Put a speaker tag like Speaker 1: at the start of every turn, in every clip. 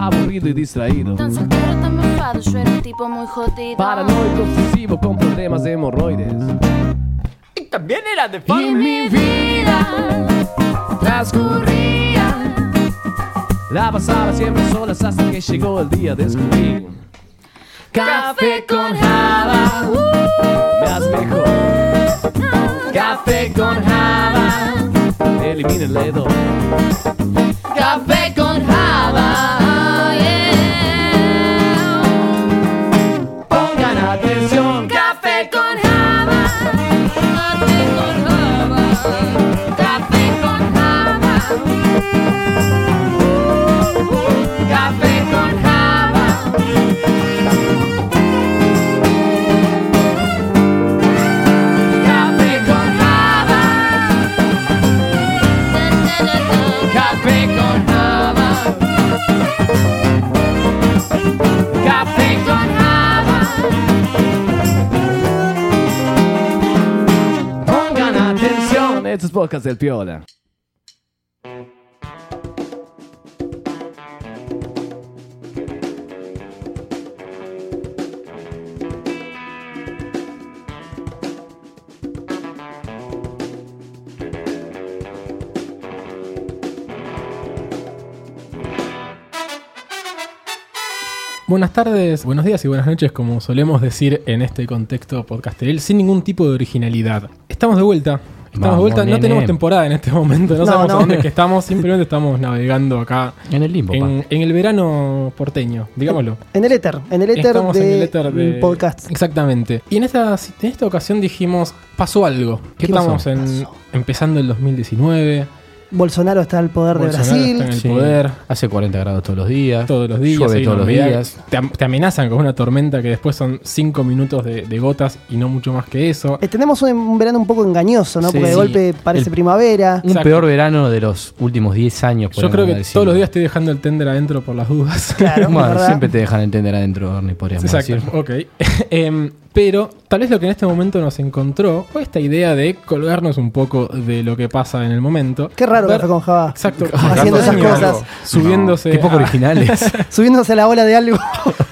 Speaker 1: aburrido y distraído.
Speaker 2: Tan soltero, tan mofado, yo era un tipo muy jodido.
Speaker 1: Paranoico, obsesivo, con problemas de hemorroides.
Speaker 3: Y también era de
Speaker 1: Y mi vida transcurría. La pasaba siempre sola hasta que llegó el día de descubrir. Café con java, me haz mejor. Café con java, elimina el dedo. Café con java,
Speaker 4: eh,
Speaker 1: pongan atención.
Speaker 2: Café con java. Café con java. Café con java.
Speaker 1: Café con java. Café con java.
Speaker 2: Na, na, na, na.
Speaker 1: Café con java. Café con java. Pongan atención, estos bocas del piola.
Speaker 5: Buenas tardes, buenos días y buenas noches, como solemos decir en este contexto podcasteril, sin ningún tipo de originalidad. Estamos de vuelta. Estamos
Speaker 3: Vamos,
Speaker 5: de vuelta, no
Speaker 3: nene.
Speaker 5: tenemos temporada en este momento, no,
Speaker 3: No,
Speaker 5: sabemos
Speaker 3: no.
Speaker 5: a dónde es que estamos, simplemente estamos navegando acá
Speaker 3: En el limbo,
Speaker 5: en, en el verano porteño, digámoslo.
Speaker 6: En el éter, en el éter
Speaker 5: Estamos en el
Speaker 6: de,
Speaker 5: éter de-
Speaker 6: podcast.
Speaker 5: Exactamente. Y en esta, en esta ocasión dijimos, pasó algo. Que
Speaker 3: ¿Qué
Speaker 5: estamos
Speaker 3: pasó?
Speaker 5: en-
Speaker 6: Pasó.
Speaker 5: empezando el 2019,
Speaker 6: Bolsonaro está al poder
Speaker 5: Bolsonaro
Speaker 6: de Brasil.
Speaker 5: está en el
Speaker 3: Sí.
Speaker 5: poder,
Speaker 3: Hace 40 grados todos los días.
Speaker 5: todos los días.
Speaker 3: Llueve
Speaker 5: hay
Speaker 3: todos los
Speaker 5: humedad.
Speaker 3: días.
Speaker 5: Te, am- te amenazan con una tormenta que después son 5 minutos de, de gotas y no mucho más que eso.
Speaker 6: Eh, Tenemos un, un verano un poco engañoso, ¿no?
Speaker 3: Sí.
Speaker 6: Porque de
Speaker 3: Sí.
Speaker 6: golpe parece
Speaker 3: El-
Speaker 6: primavera.
Speaker 3: Un
Speaker 5: Exacto.
Speaker 3: peor verano de los últimos 10 años.
Speaker 5: Yo creo que
Speaker 3: podríamos
Speaker 5: todos los días estoy
Speaker 3: decir.
Speaker 5: dejando el tender adentro por las dudas.
Speaker 6: Claro,
Speaker 3: Bueno,
Speaker 6: ¿verdad?
Speaker 3: siempre te dejan entender adentro, Ernie, podríamos
Speaker 5: Exacto,
Speaker 3: decir.
Speaker 5: ok. Em, pero tal vez lo que en este momento nos encontró fue esta idea de colgarnos un poco de lo que pasa en el momento.
Speaker 6: Qué raro
Speaker 5: Ver-
Speaker 6: Café con Java.
Speaker 5: Exacto.
Speaker 6: Haciendo esas
Speaker 5: Años,
Speaker 6: cosas.
Speaker 5: Subiéndose.
Speaker 3: No, Qué poco
Speaker 5: a-
Speaker 3: originales.
Speaker 6: Subiéndose a la ola de algo.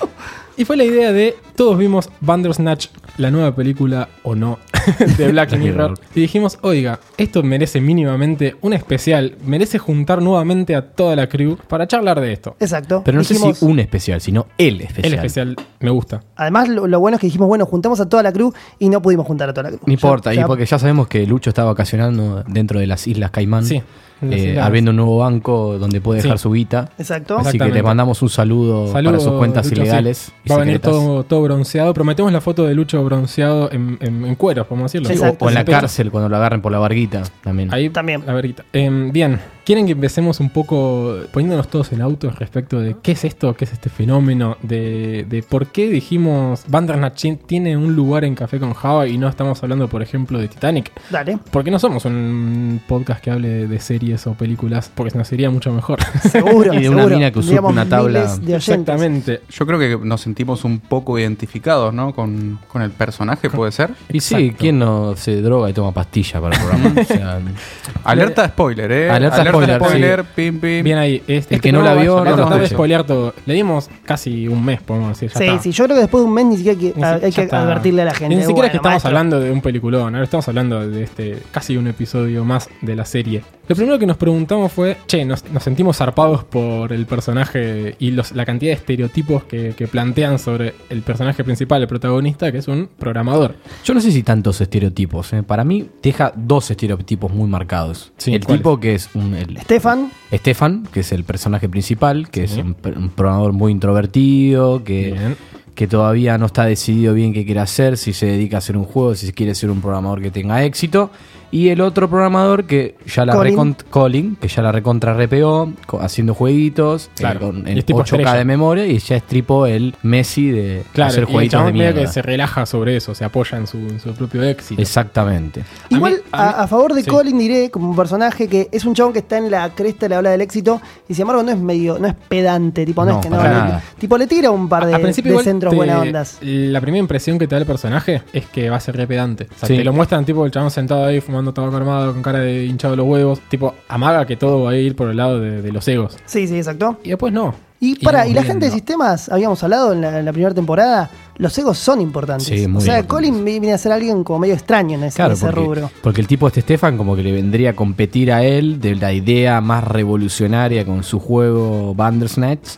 Speaker 5: y fue la idea de todos vimos Bandersnatch, la nueva película o no de Black
Speaker 3: Black
Speaker 5: Mirror.
Speaker 3: Mirror.
Speaker 5: Y dijimos, oiga, esto merece mínimamente un especial, merece juntar nuevamente a toda la crew para charlar de esto.
Speaker 6: Exacto.
Speaker 3: Pero no
Speaker 6: Dijimos-
Speaker 3: sé si un especial, sino el especial.
Speaker 5: El especial me gusta.
Speaker 6: Además, lo, lo bueno es que dijimos, bueno, juntamos a toda la crew y no pudimos juntar a toda la crew.
Speaker 3: No importa,
Speaker 6: Ya-
Speaker 3: y
Speaker 6: ya-
Speaker 3: porque ya sabemos que Lucho está vacacionando dentro de las Islas Caimán,
Speaker 5: Sí, en las
Speaker 3: eh,
Speaker 5: islas.
Speaker 3: abriendo un nuevo banco donde puede dejar
Speaker 5: Sí.
Speaker 3: su guita.
Speaker 6: Exacto.
Speaker 3: Así que
Speaker 5: Exactamente.
Speaker 3: le mandamos un saludo
Speaker 5: Saludos,
Speaker 3: para sus cuentas
Speaker 5: Lucho,
Speaker 3: ilegales.
Speaker 5: sí.
Speaker 3: y
Speaker 5: Va a venir
Speaker 3: secretas.
Speaker 5: todo, todo bronceado. Prometemos la foto de Lucho bronceado en, en, en cuero, podemos decirlo.
Speaker 6: Sí,
Speaker 3: O-
Speaker 6: Exacto,
Speaker 3: o en la
Speaker 6: sí.
Speaker 3: cárcel cuando lo agarren por la barguita también.
Speaker 5: Ahí
Speaker 6: También.
Speaker 5: La verguita. Em, bien, ¿quieren que empecemos un poco poniéndonos todos en autos respecto de qué es esto, qué es este fenómeno, de, de por qué dijimos Bandersnatch tiene un lugar en Café con Java y no estamos hablando, por ejemplo, de Titanic?
Speaker 6: Dale,
Speaker 5: Porque no somos un podcast que hable de, de series o películas, porque se nos iría mucho mejor.
Speaker 6: seguro.
Speaker 3: Y de una
Speaker 6: seguro.
Speaker 3: mina que usó
Speaker 6: Digamos,
Speaker 3: una tabla.
Speaker 6: miles de oyentes.
Speaker 5: Exactamente.
Speaker 7: Yo creo que nos sentimos un poco identificados, ¿no? Con, con el personaje, puede ser.
Speaker 3: y sí,
Speaker 5: exacto.
Speaker 3: ¿quién no se droga y toma pastilla para el programa? O sea,
Speaker 7: Alerta spoiler, ¿eh?
Speaker 3: Alerta spoiler,
Speaker 7: pim, pim.
Speaker 5: Bien ahí. Este,
Speaker 3: El que Em, no la vio,
Speaker 5: no
Speaker 3: no
Speaker 5: tratar
Speaker 3: nos
Speaker 5: de
Speaker 3: escuche.
Speaker 5: spoilear todo. Le dimos casi un mes, podemos decir. Ya
Speaker 6: Sí,
Speaker 5: está.
Speaker 6: sí, yo creo que después de un mes ni siquiera hay que,
Speaker 5: Ni si-
Speaker 6: hay
Speaker 5: ya
Speaker 6: que
Speaker 5: está.
Speaker 6: advertirle a la gente.
Speaker 5: Ni siquiera es que
Speaker 6: "Bueno,
Speaker 5: estamos
Speaker 6: maestro".
Speaker 5: hablando de un peliculón, ahora estamos hablando de este casi un episodio más de la serie. Lo primero que nos preguntamos fue, che, nos, nos sentimos zarpados por el personaje y los- la cantidad de estereotipos que, que plantean sobre el personaje principal, el protagonista, que es un programador.
Speaker 3: Yo no sé si tantos estereotipos. ¿eh? Para mí, deja dos estereotipos muy marcados.
Speaker 5: Sí,
Speaker 3: el
Speaker 5: ¿cuáles?
Speaker 3: tipo que es un, el,
Speaker 6: Estefan,
Speaker 3: Estefan, que es el personaje principal, que
Speaker 5: Sí.
Speaker 3: es un, per- un programador muy introvertido, que,
Speaker 5: Bien.
Speaker 3: que todavía no está decidido bien qué quiere hacer, si se dedica a hacer un juego, si quiere ser un programador que tenga éxito. Y el otro programador que ya la
Speaker 6: Colin.
Speaker 3: recont- Colin, que ya la recontra repeó, co- haciendo jueguitos, eh,
Speaker 5: Claro.
Speaker 3: con
Speaker 5: Y
Speaker 3: en
Speaker 5: es tipo
Speaker 3: 8K
Speaker 5: estrella.
Speaker 3: de memoria, y ya es tipo el Messi de
Speaker 5: Claro,
Speaker 3: hacer
Speaker 5: y el
Speaker 3: jueguitos de
Speaker 5: chabón medio que
Speaker 3: mierda.
Speaker 5: se relaja sobre eso, se apoya en su, en su propio éxito.
Speaker 3: Exactamente.
Speaker 5: mí-
Speaker 6: igual
Speaker 5: a mí-
Speaker 6: a, a favor de
Speaker 5: sí.
Speaker 6: Colin diré como un personaje que es un chabón que está en la cresta de la ola del éxito y sin embargo no es medio, no es pedante, tipo no,
Speaker 3: No,
Speaker 6: es que no,
Speaker 3: para nada.
Speaker 6: tipo le tira un par de,
Speaker 5: A- al principio
Speaker 6: de
Speaker 5: igual
Speaker 6: centros
Speaker 5: te-
Speaker 6: buena ondas.
Speaker 5: La primera impresión que te da el personaje es que va a ser re pedante. O sea,
Speaker 3: Sí.
Speaker 5: te lo muestran tipo el chabón sentado ahí fumando tabaco armado con cara de hinchado los huevos. Tipo, amaga que todo va a ir por el lado de, de los egos.
Speaker 6: Sí, sí, exacto.
Speaker 5: Y después no.
Speaker 6: Y para, y, la
Speaker 5: viendo.
Speaker 6: gente de sistemas, habíamos hablado en la, en la primera temporada, los egos son importantes.
Speaker 3: Sí, muy
Speaker 6: o sea,
Speaker 3: importantes.
Speaker 6: Colin vi- viene a ser alguien como medio extraño en ese,
Speaker 3: Claro,
Speaker 6: en ese
Speaker 3: porque,
Speaker 6: rubro.
Speaker 3: porque el tipo este Stefan como que le vendría a competir a él de la idea más revolucionaria con su juego Bandersnatch.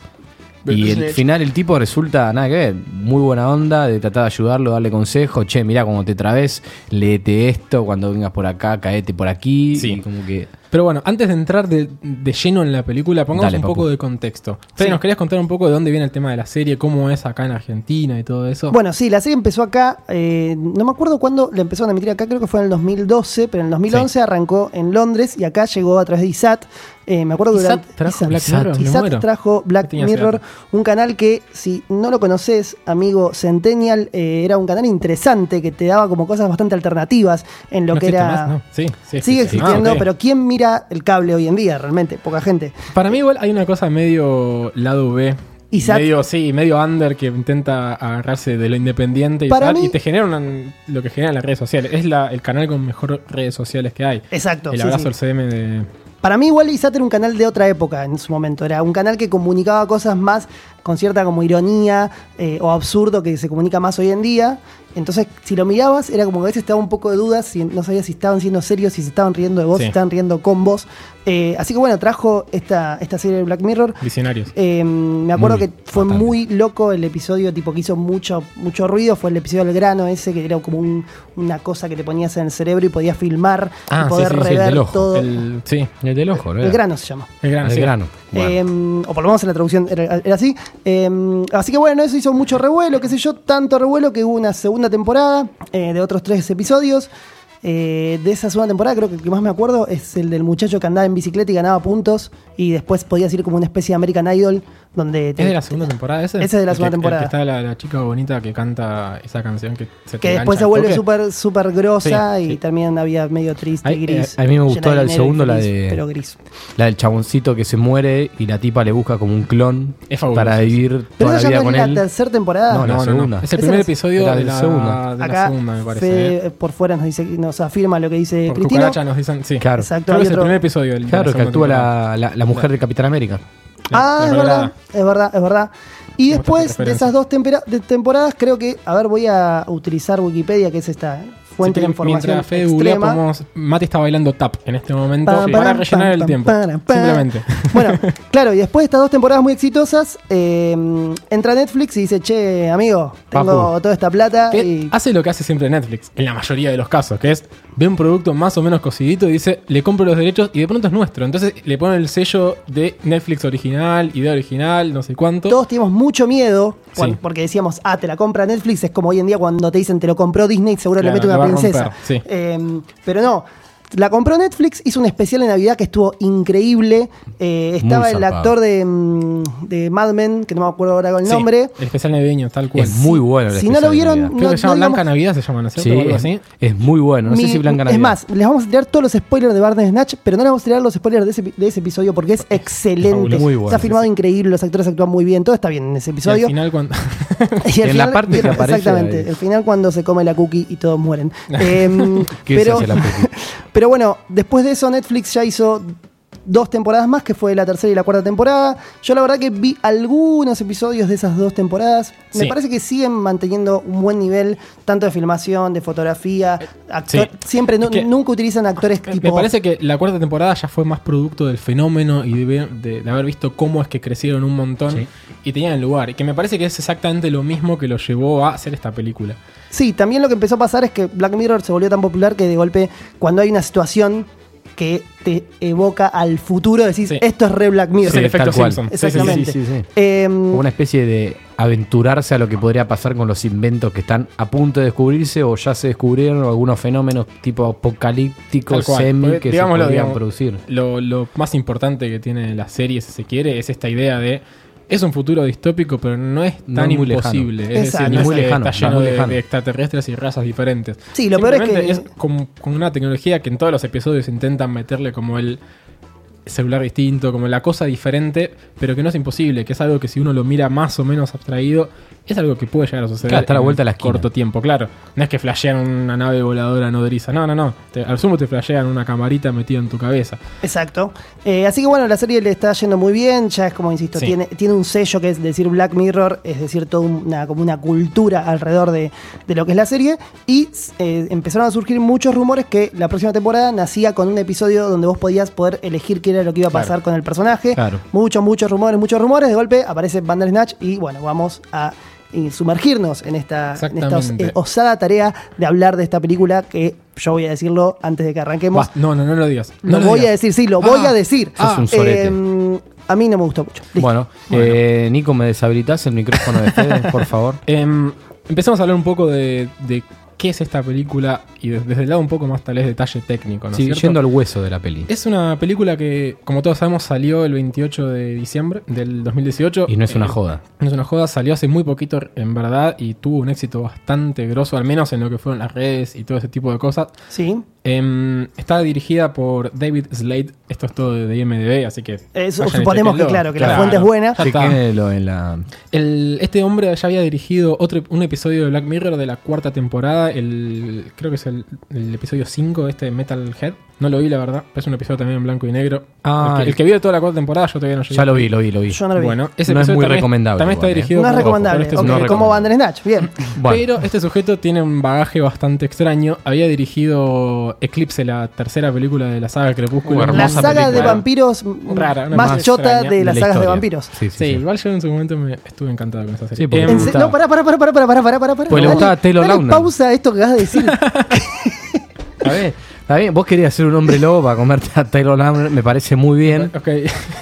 Speaker 3: Y al
Speaker 5: Bandersnatch.
Speaker 3: final el tipo resulta, nada que ver, muy buena onda de tratar de ayudarlo, darle consejo, che, mirá cómo te trabes, léete esto, cuando vengas por acá, caete por aquí.
Speaker 5: Sí.
Speaker 3: y como que...
Speaker 5: Pero bueno, antes de entrar de, de lleno en la película, pongamos
Speaker 3: Dale,
Speaker 5: un
Speaker 3: Papu.
Speaker 5: poco de contexto. Fede, ¿nos querías contar un poco de dónde viene el tema de la serie, cómo es acá en Argentina y todo eso?
Speaker 6: Bueno, sí, la serie empezó acá, eh, no me acuerdo cuándo la empezaron a emitir acá, creo que fue en el 2012, pero en el 2011 arrancó en Londres y acá llegó a través de ISAT. Eh, me acuerdo que
Speaker 5: ISAT
Speaker 6: durante-
Speaker 5: trajo
Speaker 6: ISAT.
Speaker 5: Black Mirror, me
Speaker 6: ISAT
Speaker 5: muero.
Speaker 6: trajo
Speaker 5: No
Speaker 6: Black
Speaker 5: tenía ese
Speaker 6: Mirror,
Speaker 5: dato.
Speaker 6: un canal que, si no lo conoces, amigo Centennial, eh, era un canal interesante que te daba como cosas bastante alternativas en lo
Speaker 5: ¿No
Speaker 6: que
Speaker 5: existe
Speaker 6: era...
Speaker 5: más? No. Sí, sí,
Speaker 6: Sigue
Speaker 5: existe.
Speaker 6: existiendo,
Speaker 5: Ah, ok.
Speaker 6: pero ¿quién mira el cable hoy en día? Realmente, poca gente.
Speaker 5: Para mí igual hay una cosa medio lado B.
Speaker 6: Y Zat-
Speaker 5: medio, sí, medio under que intenta agarrarse de lo independiente y,
Speaker 6: Para
Speaker 5: Zat,
Speaker 6: mí-
Speaker 5: y te genera una- lo que generan las redes sociales. Es la, el canal con mejor redes sociales que hay.
Speaker 6: Exacto.
Speaker 5: el
Speaker 6: sí,
Speaker 5: abrazo
Speaker 6: sí.
Speaker 5: al CM de...
Speaker 6: Para mí igual ISAT era un canal de otra época en su momento. Era un canal que comunicaba cosas más con cierta como ironía eh, o absurdo que se comunica más hoy en día. Entonces, si lo mirabas, era como que a veces estaba un poco de dudas, si, no sabías si estaban siendo serios, si se estaban riendo de vos,
Speaker 5: Sí.
Speaker 6: si estaban riendo con vos. Eh, así que bueno, trajo esta, esta serie de Black Mirror.
Speaker 5: Visionarios.
Speaker 6: Eh, me acuerdo
Speaker 3: Muy
Speaker 6: que fue
Speaker 3: bastante.
Speaker 6: muy loco el episodio, tipo que hizo mucho, mucho ruido, fue el episodio del grano ese, que era como un- una cosa que te ponías en el cerebro y podías filmar
Speaker 5: Ah,
Speaker 3: Ah,
Speaker 6: y poder rever todo. El,
Speaker 5: El, sí,
Speaker 3: El del ojo, ¿no?
Speaker 6: grano se llama.
Speaker 5: el gran,
Speaker 3: El
Speaker 5: sí.
Speaker 3: grano. Bueno.
Speaker 6: Eh, o por lo menos en la traducción era, era así. Eh, así que bueno, eso hizo mucho revuelo, qué sé yo, tanto revuelo que hubo una segunda temporada eh, de otros tres episodios. Eh, de esa segunda temporada creo que el que más me acuerdo es el del muchacho que andaba en bicicleta y ganaba puntos y después podías ir como una especie de American Idol donde te-
Speaker 5: ¿Es de la segunda temporada ese?
Speaker 6: Ese es de la
Speaker 5: El que-
Speaker 6: segunda
Speaker 5: el que
Speaker 6: temporada.
Speaker 5: está la, la chica bonita que canta esa canción que se te
Speaker 6: que
Speaker 5: engancha
Speaker 6: después se
Speaker 5: al
Speaker 6: vuelve
Speaker 5: toque.
Speaker 6: súper super grosa
Speaker 5: Sí,
Speaker 6: y
Speaker 5: sí.
Speaker 6: también había medio triste
Speaker 3: Ay,
Speaker 6: y gris.
Speaker 3: eh, a mí me gustó
Speaker 6: llena de
Speaker 3: la del
Speaker 6: dinero y
Speaker 3: segundo, la
Speaker 6: feliz,
Speaker 3: de-
Speaker 6: Pero gris.
Speaker 3: La del chaboncito que se muere y la tipa le busca como un clon
Speaker 5: Es fabuloso.
Speaker 3: para vivir
Speaker 6: Pero
Speaker 3: toda la
Speaker 6: esa ya
Speaker 3: vida
Speaker 6: no
Speaker 3: con
Speaker 6: es la
Speaker 3: él.
Speaker 6: tercera temporada.
Speaker 3: No, la
Speaker 5: No, no,
Speaker 3: segunda.
Speaker 5: no. Es el
Speaker 6: Esa
Speaker 5: primer
Speaker 6: la-
Speaker 5: episodio
Speaker 3: era
Speaker 5: de
Speaker 3: del
Speaker 5: la,
Speaker 3: segundo.
Speaker 5: de la
Speaker 6: Acá
Speaker 5: segunda, me parece. ¿eh?
Speaker 6: Fede, eh, por fuera nos dice, nos afirma lo que dice
Speaker 5: Por
Speaker 6: Cristina.
Speaker 5: cucaracha nos dicen, sí.
Speaker 3: Claro.
Speaker 6: Eh, Exacto,
Speaker 5: Creo que
Speaker 6: hay
Speaker 5: es el
Speaker 6: otro-
Speaker 5: primer episodio del de la
Speaker 3: Claro, que
Speaker 5: segunda
Speaker 3: actúa
Speaker 5: temporada.
Speaker 3: la, la- la mujer de Capitán América.
Speaker 6: Ah,
Speaker 5: La
Speaker 6: es
Speaker 5: colorada.
Speaker 6: verdad, es verdad, es verdad. Y
Speaker 5: Me gusta tu
Speaker 6: después de
Speaker 5: referencia.
Speaker 6: esas dos tempera- de temporadas, creo que, a ver, voy a utilizar Wikipedia, que es esta ¿eh? fuente
Speaker 5: Si quieren,
Speaker 6: de información
Speaker 5: Mientras Fede googlea,
Speaker 6: extrema.
Speaker 5: podemos- Mati está bailando tap en este momento
Speaker 6: Pam,
Speaker 5: para
Speaker 6: pam,
Speaker 5: rellenar
Speaker 6: pam,
Speaker 5: el
Speaker 6: pam,
Speaker 5: tiempo.
Speaker 6: pam, pam.
Speaker 5: Simplemente.
Speaker 6: Bueno, claro, y después de estas dos temporadas muy exitosas, eh, entra Netflix y dice, che, amigo, tengo
Speaker 3: Papu.
Speaker 6: toda esta plata
Speaker 5: Que
Speaker 6: y
Speaker 5: hace lo que hace siempre Netflix, en la mayoría de los casos, que es ve un producto más o menos cocidito y dice, le compro los derechos y de pronto es nuestro. Entonces le pone el sello de Netflix original, idea original, no sé cuánto.
Speaker 6: todos teníamos mucho miedo cuan-
Speaker 5: Sí.
Speaker 6: porque decíamos, ah, te la compra Netflix, es como hoy en día cuando te dicen te lo compró Disney, seguro
Speaker 5: Claro,
Speaker 6: le mete
Speaker 5: la
Speaker 6: una
Speaker 5: va a
Speaker 6: princesa.
Speaker 5: romper, sí.
Speaker 6: Eh, pero no. La compró Netflix, hizo un especial de Navidad que estuvo increíble. Eh, estaba el
Speaker 3: zarpado.
Speaker 6: actor de, mm, de Mad Men, que no me acuerdo ahora el
Speaker 5: Sí,
Speaker 6: nombre.
Speaker 5: el especial navideño, tal cual.
Speaker 3: Es muy bueno. el
Speaker 6: si no lo
Speaker 3: especial de
Speaker 6: vieron,
Speaker 3: Navidad.
Speaker 5: Creo
Speaker 6: no-
Speaker 5: que se llama
Speaker 6: no
Speaker 5: Blanca
Speaker 6: digamos-
Speaker 5: Navidad, se llama, ¿no es cierto?
Speaker 3: Sí,
Speaker 5: O algo
Speaker 3: es,
Speaker 5: así.
Speaker 3: es muy bueno. No sé
Speaker 6: Mi-
Speaker 3: si Blanca
Speaker 6: Es
Speaker 3: Navidad.
Speaker 6: más, les vamos a tirar todos los spoilers de Barnes Snatch, pero no les vamos a tirar los spoilers de ese, de ese episodio porque es excelente.
Speaker 3: fabuloso. Muy bueno,
Speaker 6: Está filmado
Speaker 3: sí,
Speaker 6: increíble, los actores actúan muy bien, todo está bien en ese
Speaker 5: Y al
Speaker 6: episodio.
Speaker 5: final cuando...
Speaker 6: Y al
Speaker 3: En la parte que aparece
Speaker 6: Exactamente,
Speaker 3: ahí.
Speaker 6: el final cuando se come la cookie y todos mueren. Em,
Speaker 3: ¿Qué se
Speaker 6: pero,
Speaker 3: hace la cookie?
Speaker 6: pero bueno, después de eso Netflix ya hizo dos temporadas más, que fue la tercera y la cuarta temporada. Yo la verdad que vi algunos episodios de esas dos temporadas. Me
Speaker 5: Sí.
Speaker 6: parece que siguen manteniendo un buen nivel, tanto de filmación, de fotografía, actor-
Speaker 5: sí.
Speaker 6: siempre, no-
Speaker 5: Es que-
Speaker 6: nunca utilizan actores
Speaker 5: Me-
Speaker 6: tipo...
Speaker 5: Me parece que la cuarta temporada ya fue más producto del fenómeno y de, ver- de- de haber visto cómo es que crecieron un montón y tenían el lugar. Y que me parece que es exactamente lo mismo que lo llevó a hacer esta película.
Speaker 6: Sí, también lo que empezó a pasar es que Black Mirror se volvió tan popular que de golpe, cuando hay una situación que te evoca al futuro, decís,
Speaker 5: Sí.
Speaker 6: esto es re Black Mirror.
Speaker 5: Sí, el efecto
Speaker 3: tal cual.
Speaker 5: Simpson. Sí, sí, sí,
Speaker 6: Exactamente.
Speaker 3: sí, sí, sí.
Speaker 6: Eh,
Speaker 3: Como una especie de aventurarse a lo que podría pasar con los inventos que están a punto de descubrirse o ya se descubrieron o algunos fenómenos tipo
Speaker 5: Tal
Speaker 3: apocalípticos,
Speaker 5: cual.
Speaker 3: semi,
Speaker 5: Porque,
Speaker 3: que se
Speaker 5: digámoslo,
Speaker 3: podrían
Speaker 5: digamos,
Speaker 3: producir.
Speaker 5: Lo, lo más importante que tiene la serie, si se quiere, es esta idea de. Es un futuro distópico, pero no es
Speaker 3: No
Speaker 5: tan
Speaker 3: es muy
Speaker 5: imposible.
Speaker 6: lejano.
Speaker 5: Es decir,
Speaker 6: Exacto.
Speaker 5: no
Speaker 6: Ni
Speaker 5: es
Speaker 6: muy
Speaker 5: que
Speaker 3: lejano,
Speaker 5: está
Speaker 3: no,
Speaker 5: lleno
Speaker 3: muy
Speaker 5: de,
Speaker 3: lejano.
Speaker 5: de extraterrestres y razas diferentes.
Speaker 6: Sí, lo peor es
Speaker 5: Simplemente
Speaker 6: que-
Speaker 5: con, con una tecnología que en todos los episodios intentan meterle como el celular distinto, como la cosa diferente, pero que no es imposible, que es algo que si uno lo mira más o menos abstraído, es algo que puede llegar a suceder.
Speaker 3: Claro, está a la
Speaker 5: en
Speaker 3: vuelta de la esquina.
Speaker 5: Corto tiempo, claro. No es que flashean una nave voladora nodriza, no, no, no. Te- al sumo te flashean una camarita metida en tu cabeza.
Speaker 6: Exacto. Eh, así que bueno, la serie le está yendo muy bien. Ya es como insisto,
Speaker 5: Sí.
Speaker 6: tiene, tiene un sello que es decir Black Mirror, es decir, toda una, como una cultura alrededor de, de lo que es la serie. Y eh, empezaron a surgir muchos rumores que la próxima temporada nacía con un episodio donde vos podías poder elegir qué era lo que iba a pasar con el personaje.
Speaker 3: Claro.
Speaker 6: Muchos, muchos rumores, muchos rumores. De golpe aparece Bandersnatch y bueno, vamos a eh, sumergirnos en esta, en esta os-
Speaker 5: Exactamente.
Speaker 6: eh, osada tarea de hablar de esta película que yo voy a decirlo antes de que arranquemos.
Speaker 5: Bah, no, no, no lo digas.
Speaker 6: Lo
Speaker 5: No
Speaker 6: voy
Speaker 5: digas.
Speaker 6: a decir, sí, lo voy
Speaker 5: Ah,
Speaker 6: a decir.
Speaker 3: sos un sorete.
Speaker 6: Eh, a mí no me gustó mucho. Listo.
Speaker 3: Bueno, eh, Nico, ¿me deshabilitas el micrófono de Fede, por favor?
Speaker 5: Em, empecemos a hablar un poco de, de qué es esta película y de- desde el lado un poco más tal vez detalle técnico, ¿no es
Speaker 3: Sí,
Speaker 5: cierto?
Speaker 3: yendo al hueso de la peli.
Speaker 5: Es una película que, como todos sabemos, salió el 28 de diciembre del 2018.
Speaker 3: Y no es una
Speaker 5: Eh,
Speaker 3: joda.
Speaker 5: No es una joda, salió hace muy poquito en verdad y tuvo un éxito bastante grosso, al menos en lo que fueron las redes y todo ese tipo de cosas.
Speaker 6: Sí.
Speaker 5: Em, está dirigida por David Slade, esto es todo de IMDB, así que...
Speaker 6: Eso
Speaker 5: vayan y
Speaker 6: suponemos
Speaker 5: chequenlo.
Speaker 6: que, claro, que la fuente es buena.
Speaker 5: Ya está.
Speaker 3: Chequénelo en la.
Speaker 5: El- este hombre ya había dirigido otro, un episodio de Black Mirror de la cuarta temporada, el, creo que es el, el episodio 5, este de Metal Head. No lo vi, la verdad, pero es un episodio también en blanco y negro.
Speaker 3: Ah,
Speaker 5: el, que, el que vio toda la cuarta temporada, yo todavía no llegué.
Speaker 3: Ya lo vi, lo vi, lo vi.
Speaker 6: Yo no lo vi.
Speaker 5: Bueno, ese
Speaker 3: No es
Speaker 5: episodio
Speaker 3: muy
Speaker 5: también-
Speaker 3: recomendable
Speaker 5: También está
Speaker 3: igual, ¿eh?
Speaker 5: dirigido
Speaker 6: no es
Speaker 5: por-
Speaker 6: recomandable.
Speaker 5: por este
Speaker 6: ok,
Speaker 3: no
Speaker 5: sujeto.
Speaker 6: como
Speaker 3: recomendable.
Speaker 6: Bandersnatch. Bien.
Speaker 3: Bueno,
Speaker 5: Pero este sujeto tiene un bagaje bastante extraño. Había dirigido Eclipse, la tercera película de la saga Crepúsculo.
Speaker 7: Uh,
Speaker 6: La
Speaker 7: hermosa
Speaker 6: saga de
Speaker 3: ¿eh?
Speaker 7: película.
Speaker 6: vampiros
Speaker 5: Rara, una
Speaker 6: más,
Speaker 5: más
Speaker 6: chota
Speaker 5: extraña
Speaker 6: de las sagas de
Speaker 3: historia.
Speaker 6: vampiros.
Speaker 3: Sí, sí.
Speaker 5: Sí,
Speaker 3: sí.
Speaker 5: igual yo en su momento me estuve encantado con esa serie.
Speaker 3: Sí, porque
Speaker 5: Em,
Speaker 3: me
Speaker 6: En se-
Speaker 3: gustaba.
Speaker 6: no, pará, pará, pará, pará, pará, pará, pará. pará.
Speaker 3: Pues le
Speaker 6: Dale-
Speaker 3: gustaba Taylor
Speaker 6: dale
Speaker 3: Lautner.
Speaker 6: pausa a esto que acabas de decir.
Speaker 3: Está bien, está bien. Vos querías ser un hombre lobo para comerte a Taylor Lautner, me parece muy bien.
Speaker 5: ok.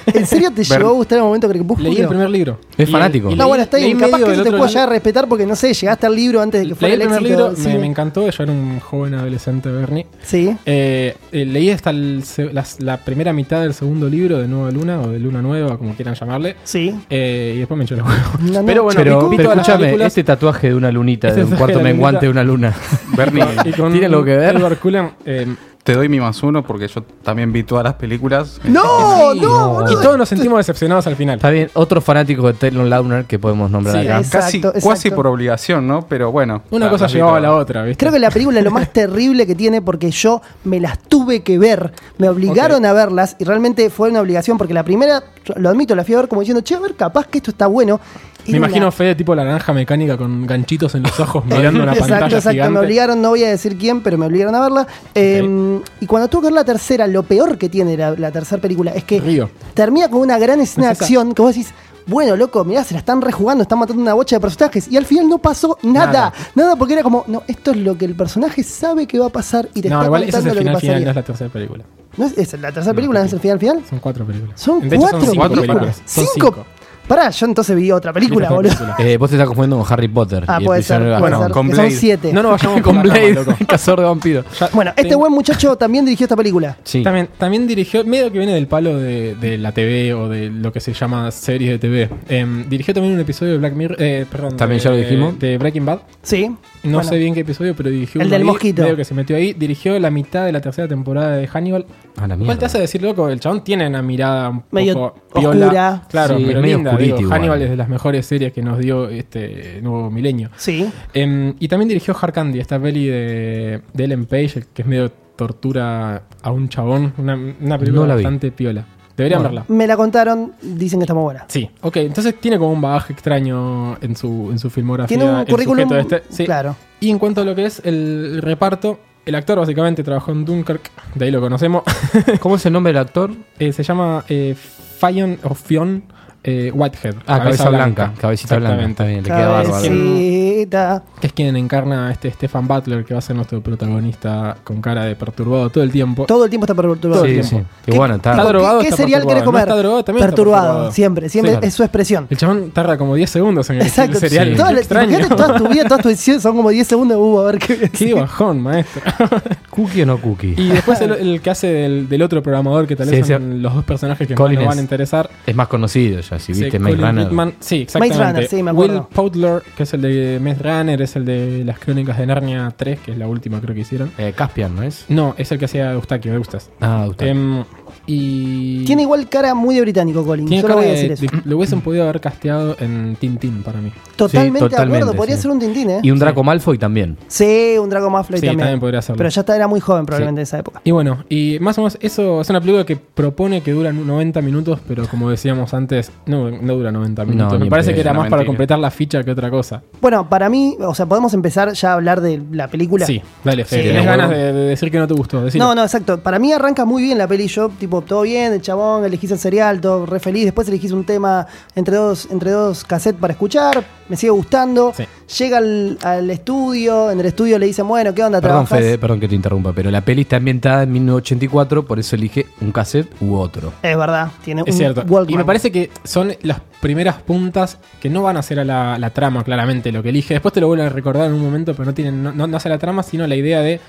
Speaker 6: ¿En serio te
Speaker 7: Ver-
Speaker 6: llegó a gustar el momento
Speaker 5: Leí el
Speaker 6: Crepúsculo?
Speaker 5: primer libro.
Speaker 3: Es
Speaker 5: Y-
Speaker 3: fanático.
Speaker 5: y
Speaker 3: No,
Speaker 6: No,
Speaker 5: leí-
Speaker 6: bueno, está bien.
Speaker 5: leí
Speaker 6: Capaz
Speaker 5: medio
Speaker 6: que no
Speaker 5: del
Speaker 6: te
Speaker 5: otro
Speaker 6: puedo
Speaker 5: libro.
Speaker 6: ya respetar porque no sé, llegaste al libro antes de que
Speaker 5: Leí
Speaker 6: fuera
Speaker 5: el
Speaker 6: el
Speaker 5: primer
Speaker 6: éxito.
Speaker 5: libro, me-
Speaker 6: sí.
Speaker 5: me, encantó. Yo era un joven adolescente, Bernie.
Speaker 6: Sí.
Speaker 5: Eh, eh, leí hasta el se- las- la, primera mitad del segundo libro de Nueva Luna o de Luna Nueva, como quieran llamarle.
Speaker 6: Sí.
Speaker 5: Eh, y después me echó los huevos.
Speaker 6: No, no,
Speaker 5: Pero bueno,
Speaker 3: pero,
Speaker 5: vi
Speaker 3: pero
Speaker 5: todas las
Speaker 3: escúchame,
Speaker 5: películas.
Speaker 3: este tatuaje de una lunita,
Speaker 5: Este
Speaker 3: de un
Speaker 5: tatuaje
Speaker 3: cuarto
Speaker 5: de la lunita.
Speaker 3: menguante de una luna.
Speaker 7: Bernie,
Speaker 5: Y con
Speaker 3: ¿Tiene algo que ver?
Speaker 5: Edward Cullen, eh,
Speaker 7: te doy mi más uno porque yo también vi todas las películas.
Speaker 6: No,
Speaker 5: Sí,
Speaker 6: ¡Oh, no,
Speaker 3: no.
Speaker 6: boludo.
Speaker 5: y todos nos sentimos decepcionados al final.
Speaker 3: Está bien, otro fanático de Taylor Lautner que podemos nombrar
Speaker 5: Sí,
Speaker 3: acá.
Speaker 6: es-
Speaker 7: Casi,
Speaker 6: Exacto, exacto.
Speaker 7: casi por obligación, ¿no? Pero bueno. Ah,
Speaker 5: Una
Speaker 7: la-
Speaker 5: cosa
Speaker 7: las vi
Speaker 5: llevaba a la
Speaker 7: todas.
Speaker 5: otra, ¿viste?
Speaker 6: Creo que la película es lo más terrible que tiene porque yo me las tuve que ver. Me obligaron a verlas y realmente fue una obligación porque la primera, lo admito, la fui a ver como diciendo, che, a ver, capaz que esto está bueno.
Speaker 5: Me
Speaker 6: Era una-
Speaker 5: imagino Fede tipo la naranja mecánica con ganchitos en los ojos mirando una
Speaker 6: exacto,
Speaker 5: pantalla
Speaker 6: exacto. Me
Speaker 5: gigante.
Speaker 6: obligaron, no voy a decir quién, pero me obligaron a verla. Eh, y cuando tuve que ver la tercera, lo peor que tiene la, la tercera película es que
Speaker 5: Río.
Speaker 6: termina con una gran escena de
Speaker 5: Es esa.
Speaker 6: acción que vos decís, bueno, loco, mirá, se la están rejugando, están matando una bocha de personajes. Y al final no pasó nada. Nada,
Speaker 5: Nada.
Speaker 6: porque era como, no, esto es lo que el personaje sabe que va a pasar y te
Speaker 5: No,
Speaker 6: está
Speaker 5: igual ese es
Speaker 6: contando
Speaker 5: el
Speaker 6: lo que
Speaker 5: final final,
Speaker 6: pasaría.
Speaker 5: no es la tercera película.
Speaker 6: ¿No es, es la tercera película, no es el final final.
Speaker 5: Son cuatro películas.
Speaker 6: Son
Speaker 5: De hecho,
Speaker 6: cuatro,
Speaker 5: cinco
Speaker 6: películas.
Speaker 5: Son
Speaker 6: Cinco. Pará, yo entonces vi otra película,
Speaker 5: Otra
Speaker 6: boludo.
Speaker 5: película.
Speaker 3: Eh, vos te estás confundiendo con Harry Potter.
Speaker 6: Ah,
Speaker 3: y el
Speaker 6: puede ser.
Speaker 3: prisionero de
Speaker 6: puede
Speaker 7: bueno,
Speaker 6: ser,
Speaker 3: Azkaban.
Speaker 7: con
Speaker 6: que son
Speaker 7: Blade.
Speaker 6: siete.
Speaker 5: No nos vayamos
Speaker 3: Con
Speaker 5: por la rama,
Speaker 3: Blade,
Speaker 5: loco.
Speaker 3: cazador de vampiros.
Speaker 5: Ya-
Speaker 6: Bueno, este
Speaker 5: ten-
Speaker 6: buen muchacho también dirigió esta película.
Speaker 3: Sí.
Speaker 5: También, también dirigió, medio que viene del palo de, de la TV o de lo que se llama series de TV. Em, dirigió también un episodio de Black Mirror, eh, perdón,
Speaker 3: También
Speaker 5: de-
Speaker 3: ya lo dijimos.
Speaker 5: de Breaking Bad.
Speaker 6: Sí.
Speaker 5: No
Speaker 6: Bueno,
Speaker 5: sé bien qué episodio, pero dirigió
Speaker 6: El
Speaker 5: uno
Speaker 6: del
Speaker 5: ahí,
Speaker 6: mosquito.
Speaker 5: medio que se metió ahí. Dirigió la mitad de la tercera temporada de Hannibal.
Speaker 3: A la
Speaker 5: ¿Cuál te
Speaker 3: mierda.
Speaker 5: hace decir, loco? El chabón tiene una mirada un
Speaker 6: Medio
Speaker 5: poco piola.
Speaker 6: oscura.
Speaker 5: Claro,
Speaker 3: Sí,
Speaker 5: pero
Speaker 3: es medio
Speaker 5: linda. digo,
Speaker 3: oscurito igual.
Speaker 5: Hannibal es de las mejores series que nos dio este nuevo milenio.
Speaker 6: Sí.
Speaker 5: Em, y también dirigió Hard Candy, esta peli de, de Ellen Page, que es medio tortura a un chabón. Una, una película
Speaker 3: No la vi.
Speaker 5: bastante piola. Deberían verla.
Speaker 6: Me la contaron, dicen que está muy buena.
Speaker 5: Sí, ok, entonces tiene como un bagaje extraño en su, en su filmografía.
Speaker 6: Tiene un
Speaker 5: el
Speaker 6: currículum.
Speaker 5: sujeto este. Sí.
Speaker 6: Claro.
Speaker 5: Y en cuanto a lo que es el reparto, el actor básicamente trabajó en Dunkirk, de ahí lo conocemos.
Speaker 3: ¿Cómo es el nombre del actor?
Speaker 5: Eh, se llama eh, Fion o Fion eh, Whitehead.
Speaker 3: Ah, cabeza, blanca. Cabecita blanca.
Speaker 5: Exactamente.
Speaker 3: Está bien, le queda bárbaro.
Speaker 6: Cabecita.
Speaker 5: Que es quien encarna a este Stefan Butler, que va a ser nuestro protagonista con cara de perturbado todo el tiempo.
Speaker 6: Todo el tiempo está perturbado.
Speaker 3: Sí,
Speaker 6: el
Speaker 3: sí.
Speaker 6: tiempo.
Speaker 3: Y bueno, está.
Speaker 6: ¿Qué-
Speaker 5: Está drogado,
Speaker 6: ¿Qué
Speaker 5: está
Speaker 6: cereal querés
Speaker 5: perturbado.
Speaker 6: comer?
Speaker 5: No está drogado, también está
Speaker 6: perturbado,
Speaker 5: perturbado.
Speaker 6: Siempre, siempre
Speaker 5: Sí, claro.
Speaker 6: es su expresión.
Speaker 5: El chabón tarda como 10 segundos en elegir
Speaker 6: Exacto.
Speaker 5: el cereal.
Speaker 6: Sí.
Speaker 5: Qué
Speaker 6: Todas las-
Speaker 5: extraño.
Speaker 6: imagínate todas tu vida, todas tus decisiones son como 10 segundos. Uh, a ver qué.
Speaker 5: Qué bajón, maestro.
Speaker 3: ¿Cookie o no cookie?
Speaker 5: Y después el, el que hace del, del otro programador, que tal vez
Speaker 3: Sí,
Speaker 5: son los dos personajes que
Speaker 3: Colin
Speaker 5: más nos van
Speaker 3: es-
Speaker 5: a interesar.
Speaker 3: Es más conocido ya, si
Speaker 5: Sí,
Speaker 3: viste Maze
Speaker 5: Colin
Speaker 3: Runner.
Speaker 5: Ridman- sí,
Speaker 6: Runner,
Speaker 5: exactamente.
Speaker 6: sí, me acuerdo.
Speaker 5: Will Powdler, que es el de Maze Runner, es el de las crónicas de Narnia 3, que es la última creo que hicieron.
Speaker 3: Eh, Caspian, ¿no es?
Speaker 5: No, es el que hacía Eustaquio, de Gustas.
Speaker 3: Ah, usted.
Speaker 5: Em, Y.
Speaker 6: Tiene igual cara muy de británico, Colin.
Speaker 5: tiene
Speaker 6: Yo
Speaker 5: cara
Speaker 6: voy a
Speaker 5: de-
Speaker 6: decir eso.
Speaker 5: de- Lo hubiesen podido haber casteado en Tintín para mí.
Speaker 6: Totalmente,
Speaker 3: Sí,
Speaker 6: de acuerdo.
Speaker 3: totalmente,
Speaker 6: Podría
Speaker 3: sí.
Speaker 6: ser un Tintín, ¿eh?
Speaker 3: Y un Draco Malfoy también.
Speaker 6: Sí, un Draco Malfoy
Speaker 5: Sí,
Speaker 6: también.
Speaker 5: también podría serlo.
Speaker 6: Pero ya está, era muy joven probablemente en esa época.
Speaker 5: Y bueno, y más o menos eso es una película que propone que dura 90 minutos, pero como decíamos antes, no, no dura 90
Speaker 3: No,
Speaker 5: minutos.
Speaker 3: ni
Speaker 5: Me
Speaker 3: en
Speaker 5: parece
Speaker 3: pedo.
Speaker 5: que era
Speaker 7: Es
Speaker 5: más
Speaker 7: una
Speaker 5: para
Speaker 7: mentira.
Speaker 5: completar la ficha que otra cosa.
Speaker 6: Bueno, para mí, o sea, podemos empezar ya a hablar de la película.
Speaker 5: Sí, dale, Fede.
Speaker 6: Sí,
Speaker 5: Tenés
Speaker 6: de
Speaker 5: ganas
Speaker 3: acuerdo.
Speaker 5: de, de decir que no te gustó. decilo.
Speaker 6: No, no, exacto. Para mí arranca muy bien la peli. Yo, tipo, todo bien, el chabón, elegís el cereal, todo re feliz. Después elegís un tema entre dos, entre dos cassettes para escuchar. Me sigue gustando.
Speaker 5: Sí.
Speaker 6: Llega al, al estudio. En el estudio le dicen, bueno, ¿qué onda?
Speaker 3: Perdón,
Speaker 6: ¿Trabajás?
Speaker 3: Fede, perdón que te interrumpa, pero la peli está ambientada en 1984, por eso elige un cassette u otro.
Speaker 6: Es verdad, tiene
Speaker 5: Es
Speaker 6: un
Speaker 5: cierto.
Speaker 6: Walkman.
Speaker 5: Y me parece que son las primeras puntas que no van a ser a la, la trama, claramente, lo que elige. Después te lo vuelvo a recordar en un momento, pero no tienen, no, no- no hace la trama, sino la idea de.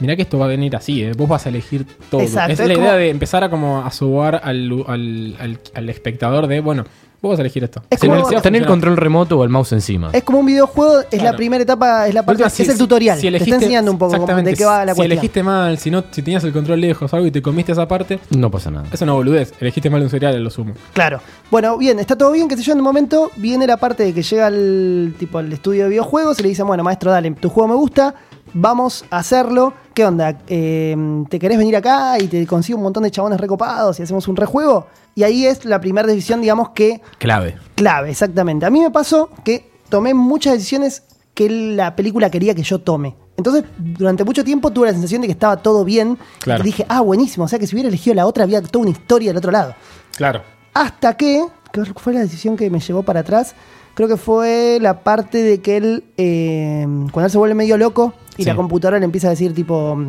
Speaker 5: Mirá que esto va a venir así, ¿eh? vos vas a elegir todo.
Speaker 6: Exacto,
Speaker 5: es,
Speaker 6: es
Speaker 5: la
Speaker 6: como-
Speaker 5: idea de empezar a como a sobar al, al, al- al espectador de, bueno, vos vas a elegir esto.
Speaker 6: Es
Speaker 5: Si
Speaker 6: como-
Speaker 5: no, si va a
Speaker 3: Tener el
Speaker 5: funcionar.
Speaker 3: control remoto o el mouse encima.
Speaker 6: Es como un videojuego, es la
Speaker 5: Claro.
Speaker 6: primera etapa, es la parte,
Speaker 5: Última, si-
Speaker 6: es el
Speaker 5: si-
Speaker 6: tutorial.
Speaker 5: si
Speaker 6: Te
Speaker 5: elegiste-
Speaker 6: está enseñando un poco cómo-
Speaker 5: exactamente,
Speaker 6: de qué va la
Speaker 5: Si
Speaker 6: cuestión.
Speaker 5: elegiste mal, si, no, si tenías el control lejos algo y te comiste esa parte,
Speaker 3: No pasa nada.
Speaker 5: es una boludez. Elegiste mal un cereal, a lo sumo.
Speaker 6: Claro. Bueno, bien, está todo bien, qué sé yo, en un momento viene la parte de que llega el tipo al estudio de videojuegos y le dicen, bueno, maestro, dale, tu juego me gusta, vamos a hacerlo. ¿Qué onda? Eh, ¿Te querés venir acá y te consigo un montón de chabones recopados y hacemos un rejuego? Y ahí es la primera decisión, digamos, que
Speaker 3: Clave.
Speaker 6: clave, exactamente. A mí me pasó que tomé muchas decisiones que la película quería que yo tome. Entonces, durante mucho tiempo tuve la sensación de que estaba todo bien.
Speaker 5: Claro.
Speaker 6: Y dije, ah, buenísimo. O sea, que si hubiera elegido la otra, había toda una historia del otro lado.
Speaker 5: Claro.
Speaker 6: Hasta que, que fue la decisión que me llevó para atrás, creo que fue la parte de que él, eh, cuando él se vuelve medio loco y
Speaker 5: Sí.
Speaker 6: la computadora le empieza a decir tipo,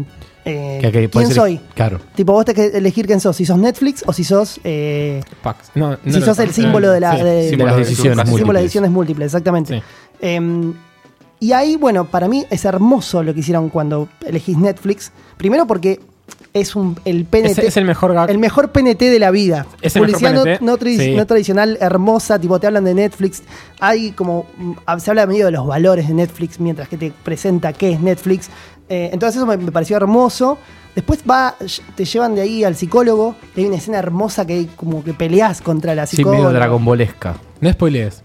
Speaker 6: eh,
Speaker 3: Que- que
Speaker 6: ¿quién
Speaker 3: podés
Speaker 6: soy?
Speaker 3: elegir- claro.
Speaker 6: Tipo, vos tenés que elegir quién sos, si sos Netflix o si sos... eh,
Speaker 5: Pax. No, no
Speaker 6: Si
Speaker 5: era
Speaker 6: sos el
Speaker 5: Pax, era-
Speaker 6: símbolo de
Speaker 5: sí.
Speaker 6: la- de-
Speaker 3: De las decisiones
Speaker 6: el símbolo de
Speaker 3: múltiples.
Speaker 6: ediciones múltiples, exactamente.
Speaker 5: Sí.
Speaker 6: Em, y ahí, bueno, para mí es hermoso lo que hicieron cuando elegís Netflix. Primero porque es un, el PNT.
Speaker 5: Es, es el mejor gag.
Speaker 6: El mejor PNT de la vida.
Speaker 5: Es el
Speaker 6: Publicidad
Speaker 5: mejor
Speaker 6: no-
Speaker 5: PNT,
Speaker 6: No, tradi-
Speaker 5: sí.
Speaker 6: no tradicional, hermosa, tipo te hablan de Netflix. Hay como. mm, hab- Se habla medio de los valores de Netflix mientras que te presenta qué es Netflix. Eh, entonces eso me, me pareció hermoso. Después va, ll- te llevan de ahí al psicólogo. y hay una escena hermosa que hay como que peleas contra la
Speaker 3: Sí,
Speaker 6: psicóloga.
Speaker 3: medio dragonbolesca.
Speaker 5: No spoilees.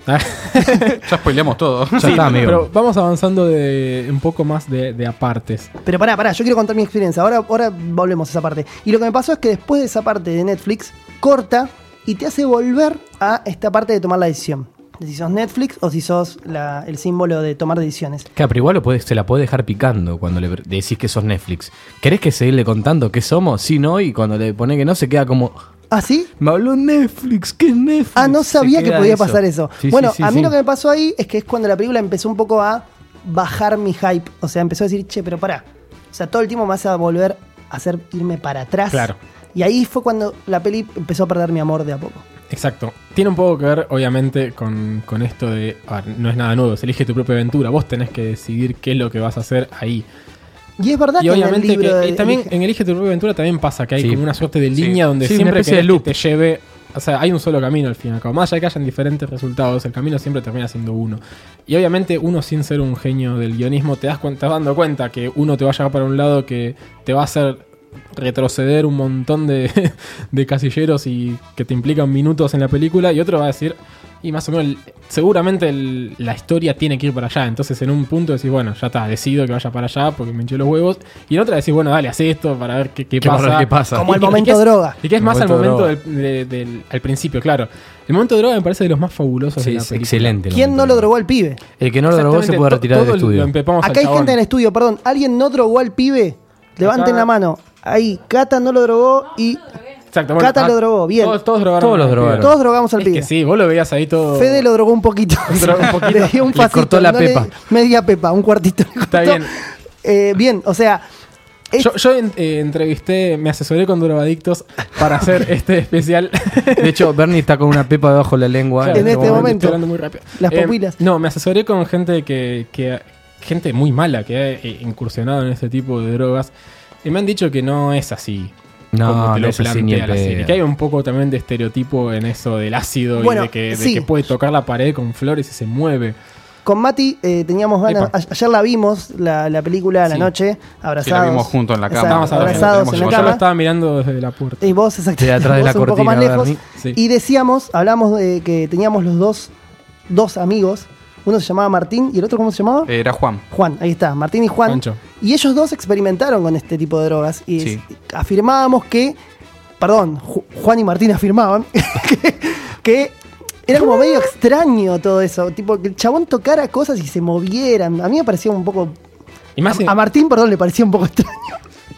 Speaker 7: Ya spoileamos todo.
Speaker 3: Ya está, amigo.
Speaker 5: Pero vamos avanzando de un poco más de, de apartes.
Speaker 6: Pero pará, pará, yo quiero contar mi experiencia. Ahora, ahora volvemos a esa parte. Y lo que me pasó es que después de esa parte de Netflix, corta y te hace volver a esta parte de tomar la decisión. De si sos Netflix o si sos la- el símbolo de tomar decisiones.
Speaker 3: Claro, pero igual lo podés- se la puede dejar picando cuando le decís que sos Netflix. ¿Querés que seguirle contando qué somos? Sí, no, y cuando le pone que no, se queda como.
Speaker 6: ¿Ah, sí?
Speaker 3: Me habló Netflix, ¿qué es Netflix?
Speaker 6: Ah, no
Speaker 3: Se
Speaker 6: sabía que
Speaker 3: queda
Speaker 6: podía pasar eso.
Speaker 3: Sí,
Speaker 6: bueno,
Speaker 3: sí, sí,
Speaker 6: a mí
Speaker 3: sí.
Speaker 6: lo que me pasó ahí es que es cuando la película empezó un poco a bajar mi hype. O sea, empezó a decir, che, pero pará. O sea, todo el tiempo me vas a volver a hacer irme para atrás.
Speaker 5: Claro.
Speaker 6: Y ahí fue cuando la peli empezó a perder mi amor de a poco.
Speaker 5: Exacto. Tiene un poco que ver, obviamente, con, con esto de. a ver, no es nada nuevo, se elige tu propia aventura. Vos tenés que decidir qué es lo que vas a hacer ahí.
Speaker 6: Y es verdad
Speaker 5: Y
Speaker 6: que
Speaker 5: obviamente,
Speaker 6: en el libro
Speaker 5: que, y
Speaker 6: de-
Speaker 5: también
Speaker 6: elige-
Speaker 5: en Elige tu propia aventura también pasa que hay
Speaker 3: Sí.
Speaker 5: como una suerte de
Speaker 7: Sí.
Speaker 5: línea donde
Speaker 3: Sí, una
Speaker 5: siempre
Speaker 3: especie de
Speaker 5: querés
Speaker 3: loop.
Speaker 5: que te lleve. O sea, hay un solo camino al fin y al cabo. Más allá de que hayan diferentes resultados, el camino siempre termina siendo uno. Y obviamente, uno sin ser un genio del guionismo, te das cuenta, te vas dando cuenta que uno te va a llevar para un lado que te va a hacer retroceder un montón de, de casilleros y que te implican minutos en la película y otro va a decir y más o menos el- seguramente el- la historia tiene que ir para allá entonces en un punto decís bueno ya está decido que vaya para allá porque me hinché los huevos y en otra decís bueno dale haz esto para ver qué, qué
Speaker 3: ¿Qué
Speaker 5: pasa
Speaker 3: pasa? ¿Qué pasa?
Speaker 6: Como
Speaker 5: Y-
Speaker 6: el
Speaker 5: y- y
Speaker 6: momento
Speaker 5: que es-
Speaker 6: droga.
Speaker 5: y que es
Speaker 3: El
Speaker 5: más al
Speaker 3: momento
Speaker 5: momento
Speaker 3: droga.
Speaker 5: del, de- del- al principio claro el momento de droga me parece de los más fabulosos
Speaker 3: Sí,
Speaker 5: de la
Speaker 3: es
Speaker 5: película.
Speaker 3: excelente.
Speaker 6: ¿Quién no lo drogó al pibe?
Speaker 3: El que no lo drogó se
Speaker 5: Exactamente,
Speaker 3: puede
Speaker 5: to-
Speaker 3: retirar del
Speaker 5: todo lo
Speaker 3: estudio.
Speaker 5: empepamos al
Speaker 6: Acá hay
Speaker 5: chabón.
Speaker 6: gente en el estudio, perdón. ¿Alguien no drogó al pibe? Levanten
Speaker 5: Acá.
Speaker 6: la mano. Ahí, Cata no lo drogó y
Speaker 5: Exacto, bueno,
Speaker 6: Cata
Speaker 5: ah,
Speaker 6: lo drogó. Bien.
Speaker 5: todos, todos drogaron
Speaker 3: Todos
Speaker 5: al
Speaker 3: los
Speaker 5: pibe.
Speaker 3: drogaron.
Speaker 6: Todos drogamos al
Speaker 5: es
Speaker 6: pibe.
Speaker 5: que sí vos lo veías ahí todo
Speaker 6: Fede lo drogó un poquito.
Speaker 5: Drogó un poquito.
Speaker 6: Le dio un
Speaker 3: Le
Speaker 6: pasito,
Speaker 3: cortó la
Speaker 6: no le-
Speaker 3: pepa.
Speaker 6: media pepa, un cuartito. le
Speaker 5: Está
Speaker 6: cortó.
Speaker 5: bien.
Speaker 6: Eh, bien, o sea. es-
Speaker 5: Yo, yo en- eh, entrevisté, me asesoré con drogadictos para hacer este especial.
Speaker 3: De hecho, Bernie está con una pepa debajo de la lengua.
Speaker 6: En este momento.
Speaker 5: Estoy hablando muy rápido.
Speaker 6: Las
Speaker 5: Eh,
Speaker 6: pupilas.
Speaker 5: no, me asesoré con gente que, que- gente muy mala que ha eh, incursionado en este tipo de drogas. Y me han dicho que no es así. como
Speaker 3: No,
Speaker 5: te
Speaker 3: no
Speaker 5: lo
Speaker 3: es así ni
Speaker 5: plantea
Speaker 3: el
Speaker 5: la serie.
Speaker 3: pedo.
Speaker 5: Que hay un poco también de estereotipo en eso del ácido
Speaker 6: Bueno,
Speaker 5: y de que, de
Speaker 6: sí.
Speaker 5: que puede tocar la pared con flores y se mueve.
Speaker 6: Con Mati eh, teníamos ganas.
Speaker 5: Epa.
Speaker 6: a- Ayer la vimos, la, la película, a la
Speaker 5: Sí.
Speaker 6: noche, abrazados.
Speaker 7: vimos juntos en la cama.
Speaker 6: Exacto,
Speaker 5: Estábamos hablando,
Speaker 6: abrazados
Speaker 7: tenemos
Speaker 6: en
Speaker 7: que
Speaker 6: la
Speaker 5: Yo lo
Speaker 6: cama.
Speaker 5: estaba mirando desde la puerta.
Speaker 6: Y vos, exactamente.
Speaker 3: De atrás de
Speaker 6: vos
Speaker 3: la
Speaker 6: un poco más
Speaker 3: cortina,
Speaker 6: lejos.
Speaker 3: Bernie.
Speaker 5: Sí.
Speaker 6: Y decíamos, hablamos de que teníamos los dos, dos amigos. Uno se llamaba Martín y el otro, ¿cómo se llamaba?
Speaker 7: Era Juan.
Speaker 6: Juan, ahí está, Martín y Juan.
Speaker 5: Pancho.
Speaker 6: Y ellos dos experimentaron con este tipo de drogas. Y
Speaker 7: Sí.
Speaker 6: es- afirmábamos que. Perdón, Ju- Juan y Martín afirmaban que, que era como medio extraño todo eso. Tipo, que el chabón tocara cosas y se movieran. A mí me parecía un poco.
Speaker 5: Y más en-
Speaker 6: A Martín, perdón, le parecía un poco extraño.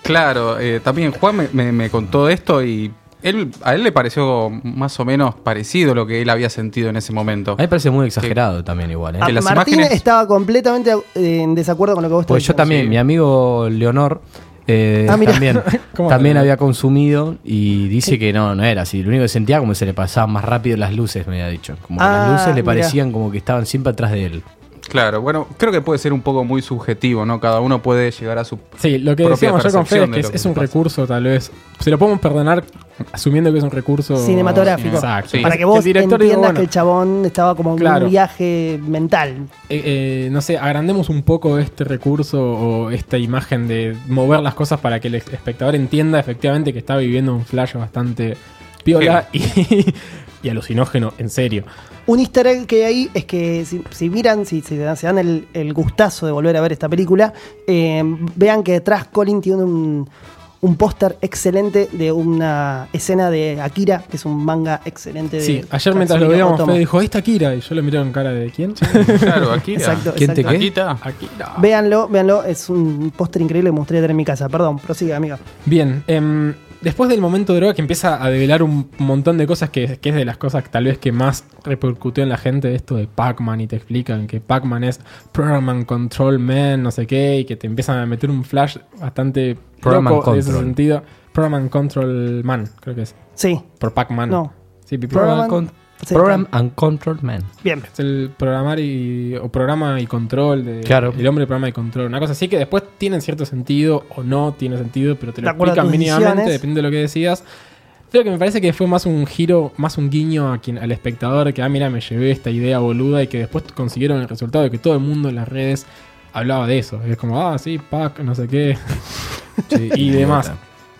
Speaker 7: Claro, eh, también Juan me, me- me contó esto y él, a él le pareció más o menos parecido lo que él había sentido en ese momento.
Speaker 3: A mí me parece muy exagerado también igual. ¿eh?
Speaker 6: A-
Speaker 7: Que las
Speaker 6: Martín
Speaker 7: imágenes-
Speaker 6: estaba completamente eh, en desacuerdo con lo que vos
Speaker 3: Pues yo
Speaker 6: estabas
Speaker 3: también,
Speaker 7: Sí.
Speaker 3: mi amigo Leonor eh,
Speaker 6: Ah, mirá.
Speaker 3: también,
Speaker 5: ¿Cómo
Speaker 3: también
Speaker 5: te-
Speaker 3: había consumido y dice que no, no era así. Lo único que sentía como que se le pasaban más rápido las luces, me había dicho. Como que
Speaker 6: Ah,
Speaker 3: las luces le
Speaker 6: mirá.
Speaker 3: parecían como que estaban siempre atrás de él.
Speaker 7: Claro, bueno, creo que puede ser un poco muy subjetivo, ¿no? Cada uno puede llegar a su...
Speaker 5: Sí, lo que
Speaker 7: propia
Speaker 5: decíamos yo con Fede es
Speaker 7: percepción
Speaker 5: que
Speaker 7: de lo
Speaker 5: es,
Speaker 7: que
Speaker 5: es un
Speaker 7: pasa.
Speaker 5: recurso, tal vez. Se lo podemos perdonar asumiendo que es un recurso
Speaker 6: Cinematográfico.
Speaker 5: Exacto.
Speaker 7: Sí.
Speaker 6: Para que
Speaker 5: el
Speaker 6: vos
Speaker 5: director diga,
Speaker 6: entiendas que el
Speaker 5: bueno,
Speaker 6: chabón estaba como en
Speaker 5: Claro.
Speaker 6: un viaje mental.
Speaker 5: eh, eh, no sé, agrandemos un poco este recurso o esta imagen de mover las cosas para que el espectador entienda efectivamente que está viviendo un flash bastante piola y, y alucinógeno, en serio.
Speaker 6: Un easter egg que hay ahí es que si, si miran, si, si dan- se dan el, el gustazo de volver a ver esta película, eh, vean que detrás Colin tiene un, un póster excelente de una escena de Akira, que es un manga excelente de
Speaker 5: Sí, ayer mientras lo
Speaker 6: Katsuhiro
Speaker 5: veíamos,
Speaker 6: Otomo.
Speaker 5: Fede dijo, ahí está Kira. Y yo le miré con cara de quién.
Speaker 7: Claro, Akira.
Speaker 6: Exacto,
Speaker 3: ¿Quién te
Speaker 6: exacto.
Speaker 3: qué?
Speaker 7: Akira.
Speaker 5: Akira.
Speaker 6: Véanlo, véanlo, es un póster increíble que me gustaría tener en mi casa. Perdón, prosigue, amiga.
Speaker 5: Bien, em, después del momento de droga que empieza a develar un montón de cosas que, que es de las cosas que tal vez que más repercutió en la gente, esto de Pac-Man y te explican que Pac-Man es Program and Control Man, no sé qué, y que te empiezan a meter un flash bastante
Speaker 3: Program and
Speaker 5: loco en ese
Speaker 3: Control.
Speaker 5: sentido. Program and Control Man, creo que es,
Speaker 6: Sí,
Speaker 5: por Pac-Man.
Speaker 6: No.
Speaker 5: Sí, pi- pi-
Speaker 6: Program
Speaker 3: Program,
Speaker 6: and-
Speaker 3: con-
Speaker 6: sí,
Speaker 3: Program and Control Man.
Speaker 6: bien.
Speaker 5: es el programar y, o programa y control de
Speaker 3: Claro.
Speaker 5: el hombre programa y control una cosa así que después tienen cierto sentido o no tiene sentido pero te lo
Speaker 6: De acuerdo a
Speaker 5: explican
Speaker 6: tus
Speaker 5: mínimamente
Speaker 6: decisiones.
Speaker 5: depende de lo que decidas creo que me parece que fue más un giro más un guiño a quien al espectador que ah mira me llevé esta idea boluda y que después consiguieron el resultado de que todo el mundo en las redes hablaba de eso es como ah sí pack no sé qué y demás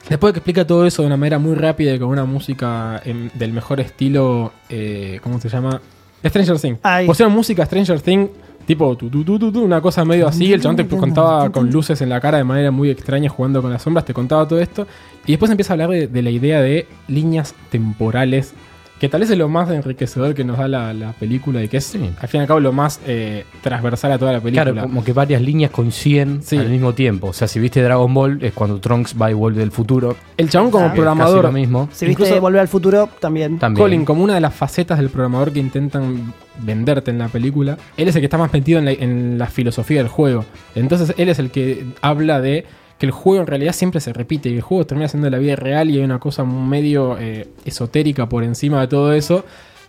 Speaker 5: Después de que explica todo eso de una manera muy rápida y con una música em, del mejor estilo, eh, ¿cómo se llama? Stranger Things.
Speaker 6: Ay.
Speaker 5: Pusieron música Stranger Things, tipo tu, tu, tu, tu, tu, una cosa medio así. El chabón te contaba con luces en la cara de manera muy extraña, jugando con las sombras, te contaba todo esto. Y después empieza a hablar de, de la idea de líneas temporales, que tal vez es lo más enriquecedor que nos da la, la película y que es,
Speaker 3: Sí.
Speaker 5: al fin y al cabo, lo más eh, transversal a toda la película.
Speaker 3: Claro, como que varias líneas coinciden
Speaker 5: Sí.
Speaker 3: al mismo tiempo. O sea, si viste Dragon Ball, es cuando Trunks va y vuelve del futuro.
Speaker 5: El chabón como
Speaker 6: Ah.
Speaker 3: que es casi
Speaker 5: programador...
Speaker 3: lo mismo.
Speaker 6: Si viste
Speaker 5: Incluso-
Speaker 6: Volver al Futuro, también.
Speaker 3: También.
Speaker 5: Colin, como una de las facetas del programador que intentan venderte en la película, él es el que está más metido en la, en la filosofía del juego. Entonces él es el que habla de que el juego en realidad siempre se repite y el juego termina siendo la vida real y hay una cosa medio eh, esotérica por encima de todo eso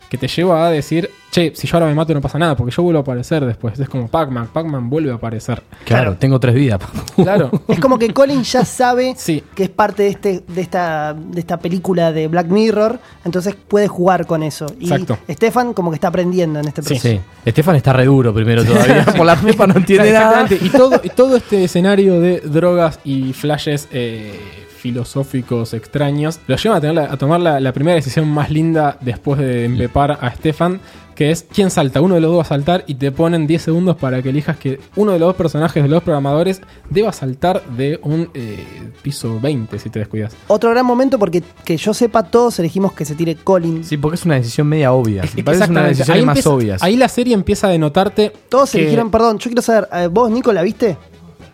Speaker 5: que te lleva a decir, che, si yo ahora me mato no pasa nada porque yo vuelvo a aparecer después. Es como Pac-Man, Pac-Man vuelve a aparecer.
Speaker 3: Claro, tengo tres vidas.
Speaker 5: Claro.
Speaker 6: Es como que Colin ya sabe
Speaker 5: Sí.
Speaker 6: que es parte de, este, de, esta, de esta película de Black Mirror, entonces puede jugar con eso. Y
Speaker 5: Exacto.
Speaker 6: Stefan como que está aprendiendo en este
Speaker 3: Sí.
Speaker 6: proceso.
Speaker 3: Estefan está re duro primero todavía. Por la pepa no entiende nada.
Speaker 5: Exactamente. Y todo, y todo este escenario de drogas y flashes eh, filosóficos extraños lo llevan a, tener la- a tomar la, la primera decisión más linda después de empepar a Stefan, que es quién salta. Uno de los dos va a saltar y te ponen 10 segundos para que elijas que uno de los dos personajes de los programadores deba saltar de un eh, piso 20 si te descuidas.
Speaker 6: Otro gran momento porque que yo sepa todos elegimos que se tire Colin.
Speaker 3: Sí, porque es una decisión media obvia. Me parece una
Speaker 5: Exactamente.
Speaker 3: de las decisiones más
Speaker 5: empieza-
Speaker 3: obvias.
Speaker 5: Ahí la serie empieza a denotarte.
Speaker 6: Todos
Speaker 5: que-
Speaker 6: eligieron, perdón, yo quiero saber, eh, ¿vos Nico la viste?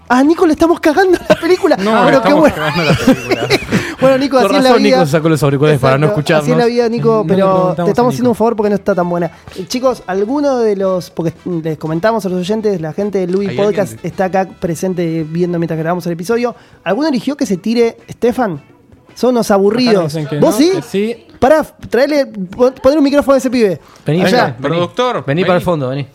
Speaker 6: Ah, Nico le estamos cagando la película. Ah, bueno, qué
Speaker 7: estamos
Speaker 6: bueno.
Speaker 7: cagando la película.
Speaker 6: Bueno, Nico,
Speaker 3: Con
Speaker 6: así es la
Speaker 3: razón,
Speaker 6: vida.
Speaker 3: Nico sacó los auriculares para no
Speaker 6: Exacto,
Speaker 3: escucharnos.
Speaker 6: Así es la vida, Nico,
Speaker 5: Mm, No le
Speaker 6: pero
Speaker 5: preguntamos
Speaker 6: te
Speaker 5: a
Speaker 6: estamos
Speaker 5: Nico.
Speaker 6: haciendo un favor porque no está tan buena. Eh, chicos, alguno de los. Porque les comentamos a los oyentes, la gente de Louis
Speaker 7: Hay
Speaker 6: Podcast
Speaker 7: alguien de-
Speaker 6: está acá presente viendo mientras grabamos el episodio. ¿Alguno eligió que se tire Stefan? Son unos
Speaker 5: Acá nos
Speaker 6: aburridos.
Speaker 5: dicen que
Speaker 6: ¿Vos
Speaker 5: no,
Speaker 6: sí?
Speaker 5: que sí.
Speaker 6: Pará, traele. pon- Poner un micrófono a ese pibe.
Speaker 3: Vení,
Speaker 6: Allá.
Speaker 3: vení.
Speaker 7: Productor,
Speaker 3: Vení para el fondo, vení.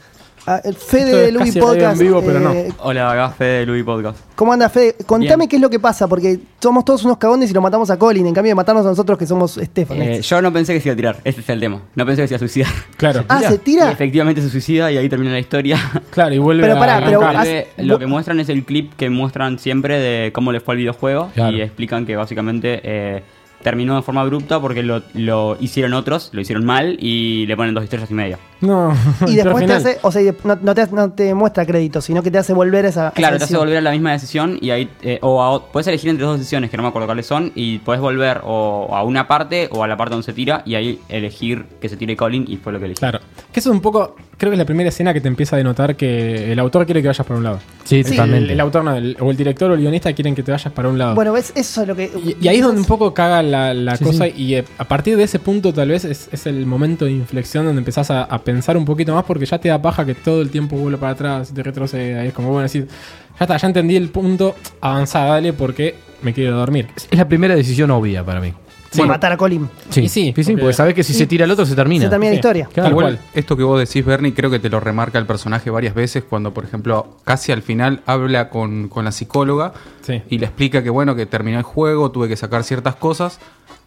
Speaker 6: Ah, el Fede
Speaker 5: Esto es
Speaker 6: de Luis
Speaker 5: casi radio en
Speaker 6: Podcast. eh,
Speaker 5: vivo, pero no.
Speaker 8: Hola, acá Fede de Luis Podcast.
Speaker 6: ¿Cómo anda, Fede? Contame
Speaker 8: Bien.
Speaker 6: qué es lo que pasa, porque somos todos unos cagones y lo matamos a Colin, en cambio de matarnos a nosotros que somos Estefan.
Speaker 8: Eh, yo no pensé que se iba a tirar, este es el tema. No pensé que se iba a suicidar.
Speaker 5: Claro,
Speaker 6: ah, ¿se
Speaker 8: Y
Speaker 6: tira?
Speaker 8: efectivamente se suicida y ahí termina la historia.
Speaker 5: claro, y vuelve
Speaker 6: Pero
Speaker 5: a
Speaker 6: pará, pero
Speaker 5: arrancar.
Speaker 6: has-
Speaker 8: Vuelve- lo que muestran es el clip que muestran siempre de cómo le fue al videojuego
Speaker 3: Claro.
Speaker 8: y explican que básicamente eh, terminó de forma abrupta porque lo, lo hicieron otros, lo hicieron mal y le ponen dos estrellas y media.
Speaker 5: No,
Speaker 6: Y después te
Speaker 5: final.
Speaker 6: hace, o sea, y de- no, no te, no te muestra crédito, sino que te hace volver a esa.
Speaker 8: Claro,
Speaker 6: esa
Speaker 8: te hace
Speaker 6: decisión.
Speaker 8: volver a la misma decisión y ahí eh, o a ot- puedes elegir entre dos decisiones que no me acuerdo cuáles son y puedes volver o a una parte o a la parte donde se tira y ahí elegir que se tire Colin y fue lo que elegí.
Speaker 5: Claro. Que eso es un poco. Creo que es la primera escena que te empieza a denotar que el autor quiere que vayas para un lado.
Speaker 3: Sí,
Speaker 5: El,
Speaker 3: totalmente.
Speaker 5: el autor no, el- o el director o el guionista quieren que te vayas para un lado.
Speaker 6: Bueno, ¿ves? Eso es lo que.
Speaker 5: y, y ahí es donde un poco caga la, la
Speaker 3: Sí,
Speaker 5: cosa.
Speaker 3: sí.
Speaker 5: Y eh, a partir de ese punto, tal vez es, es el momento de inflexión donde empezás a, a pensar un poquito más porque ya te da paja que todo el tiempo vuelve para atrás y te retrocede. Ahí es como, bueno, decís, ya está, ya entendí el punto. Avanzá, dale, porque me quiero dormir.
Speaker 3: Es la primera decisión obvia para mí.
Speaker 6: Sí, matar a Colin.
Speaker 5: Y sí,
Speaker 3: sí,
Speaker 5: porque-
Speaker 3: porque sabes que si se tira el otro se termina.
Speaker 6: Se termina la
Speaker 5: Sí.
Speaker 6: historia.
Speaker 5: Claro,
Speaker 7: Tal cual,
Speaker 5: cual.
Speaker 7: Esto que vos decís, Bernie, creo que te lo remarca el personaje varias veces cuando, por ejemplo, casi al final habla con, con la psicóloga
Speaker 5: Sí.
Speaker 7: y le explica que, bueno, que terminó el juego, tuve que sacar ciertas cosas,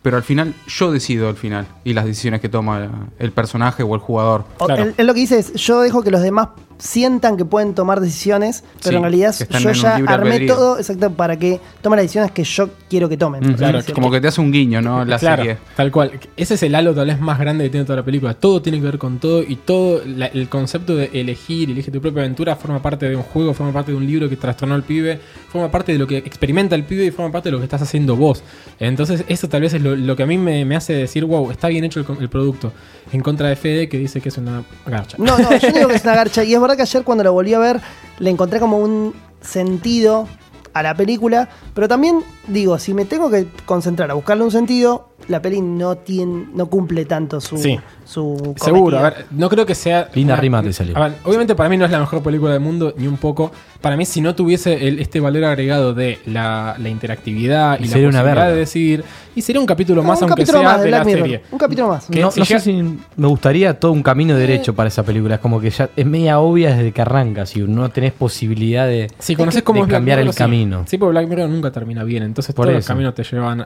Speaker 7: pero al final yo decido al final y las decisiones que toma el personaje o el jugador.
Speaker 6: O-
Speaker 5: Claro.
Speaker 6: Él, él lo que dice es, yo dejo que los demás sientan que pueden tomar decisiones, pero
Speaker 7: Sí,
Speaker 6: en realidad
Speaker 7: que están
Speaker 6: yo
Speaker 7: en un
Speaker 6: ya
Speaker 7: libre
Speaker 6: armé
Speaker 7: albedrío.
Speaker 6: todo exacto para que tomen las decisiones que yo quiero que tomen. por así
Speaker 5: claro,
Speaker 6: decirlo.
Speaker 7: Como que te hace un guiño, ¿no? La
Speaker 5: claro,
Speaker 7: serie.
Speaker 5: tal cual. Ese es el halo tal vez más grande que tiene toda la película. Todo tiene que ver con todo y todo la- el concepto de elegir, elige tu propia aventura, forma parte de un juego, forma parte de un libro que trastornó al pibe, forma parte de lo que experimenta el pibe y forma parte de lo que estás haciendo vos. Entonces eso tal vez es lo, lo que a mí me, me hace decir, wow, está bien hecho el, con- el producto. En contra de Fede que dice que es una garcha.
Speaker 6: No, no, yo no digo que es una garcha. Y es verdad que ayer cuando lo volví a ver, le encontré como un sentido a la película. Pero también digo, si me tengo que concentrar a buscarle un sentido, la peli no tiene, no cumple tanto su,
Speaker 5: Sí.
Speaker 6: su cometido.
Speaker 5: Seguro, a ver, no creo que sea.
Speaker 3: Linda
Speaker 5: una-
Speaker 3: rima te salió.
Speaker 5: a ver, obviamente para mí no es la mejor película del mundo, ni un poco. Para mí, si no tuviese el- este valor agregado de la, la interactividad y
Speaker 3: Sería
Speaker 5: la
Speaker 3: una
Speaker 5: posibilidad
Speaker 3: verga.
Speaker 5: de decidir, y sería un capítulo
Speaker 6: Ah,
Speaker 5: más,
Speaker 6: un
Speaker 5: aunque
Speaker 6: capítulo
Speaker 5: sea
Speaker 6: más de
Speaker 5: de la
Speaker 6: Black Mirror.
Speaker 5: serie.
Speaker 6: Un capítulo más.
Speaker 5: Que
Speaker 3: no
Speaker 5: si
Speaker 3: no
Speaker 5: llega-
Speaker 3: sé si me gustaría todo un camino derecho para esa película. Es como que ya es media obvia desde que arranca. Si no tenés posibilidad de.
Speaker 5: Si conoces cómo
Speaker 3: de
Speaker 5: es Black
Speaker 3: cambiar el
Speaker 5: Mirror, sí.
Speaker 3: camino.
Speaker 5: Sí, porque Black Mirror nunca termina bien. Entonces
Speaker 3: Por
Speaker 5: todos los
Speaker 3: eso.
Speaker 5: caminos te llevan a.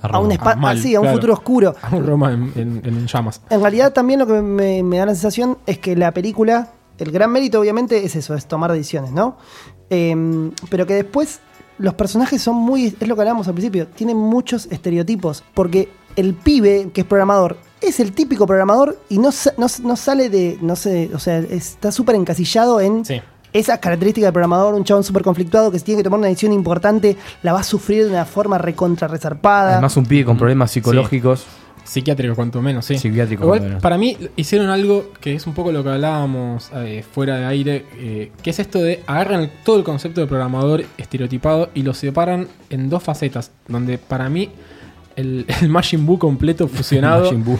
Speaker 3: A
Speaker 6: A un,
Speaker 5: a
Speaker 6: espa- ah,
Speaker 5: mal,
Speaker 6: sí, a un
Speaker 5: claro.
Speaker 6: futuro oscuro.
Speaker 5: A un Roma en, en- en llamas.
Speaker 6: En realidad también lo que me, me da la sensación es que la película, el gran mérito obviamente es eso, es tomar decisiones, ¿no? Em, pero que después los personajes son muy, es lo que hablábamos al principio, tienen muchos estereotipos, porque el pibe que es programador es el típico programador y no, sa- no, no sale de, no sé, o sea, está súper encasillado en...
Speaker 5: Sí.
Speaker 6: Esas características del programador, un chabón súper conflictuado que si tiene que tomar una decisión importante, la va a sufrir de una forma recontra resarpada.
Speaker 3: Además, un pibe con problemas psicológicos.
Speaker 5: Psiquiátrico, cuanto menos, sí.
Speaker 3: Psiquiátrico,
Speaker 5: Igual,
Speaker 3: cuanto menos.
Speaker 5: para mí hicieron algo que es un poco lo que hablábamos eh, fuera de aire, eh, que es esto de agarran el- todo el concepto de programador estereotipado y lo separan en dos facetas, donde para mí el, el Majin Buu completo fusionado
Speaker 3: Majin Buu.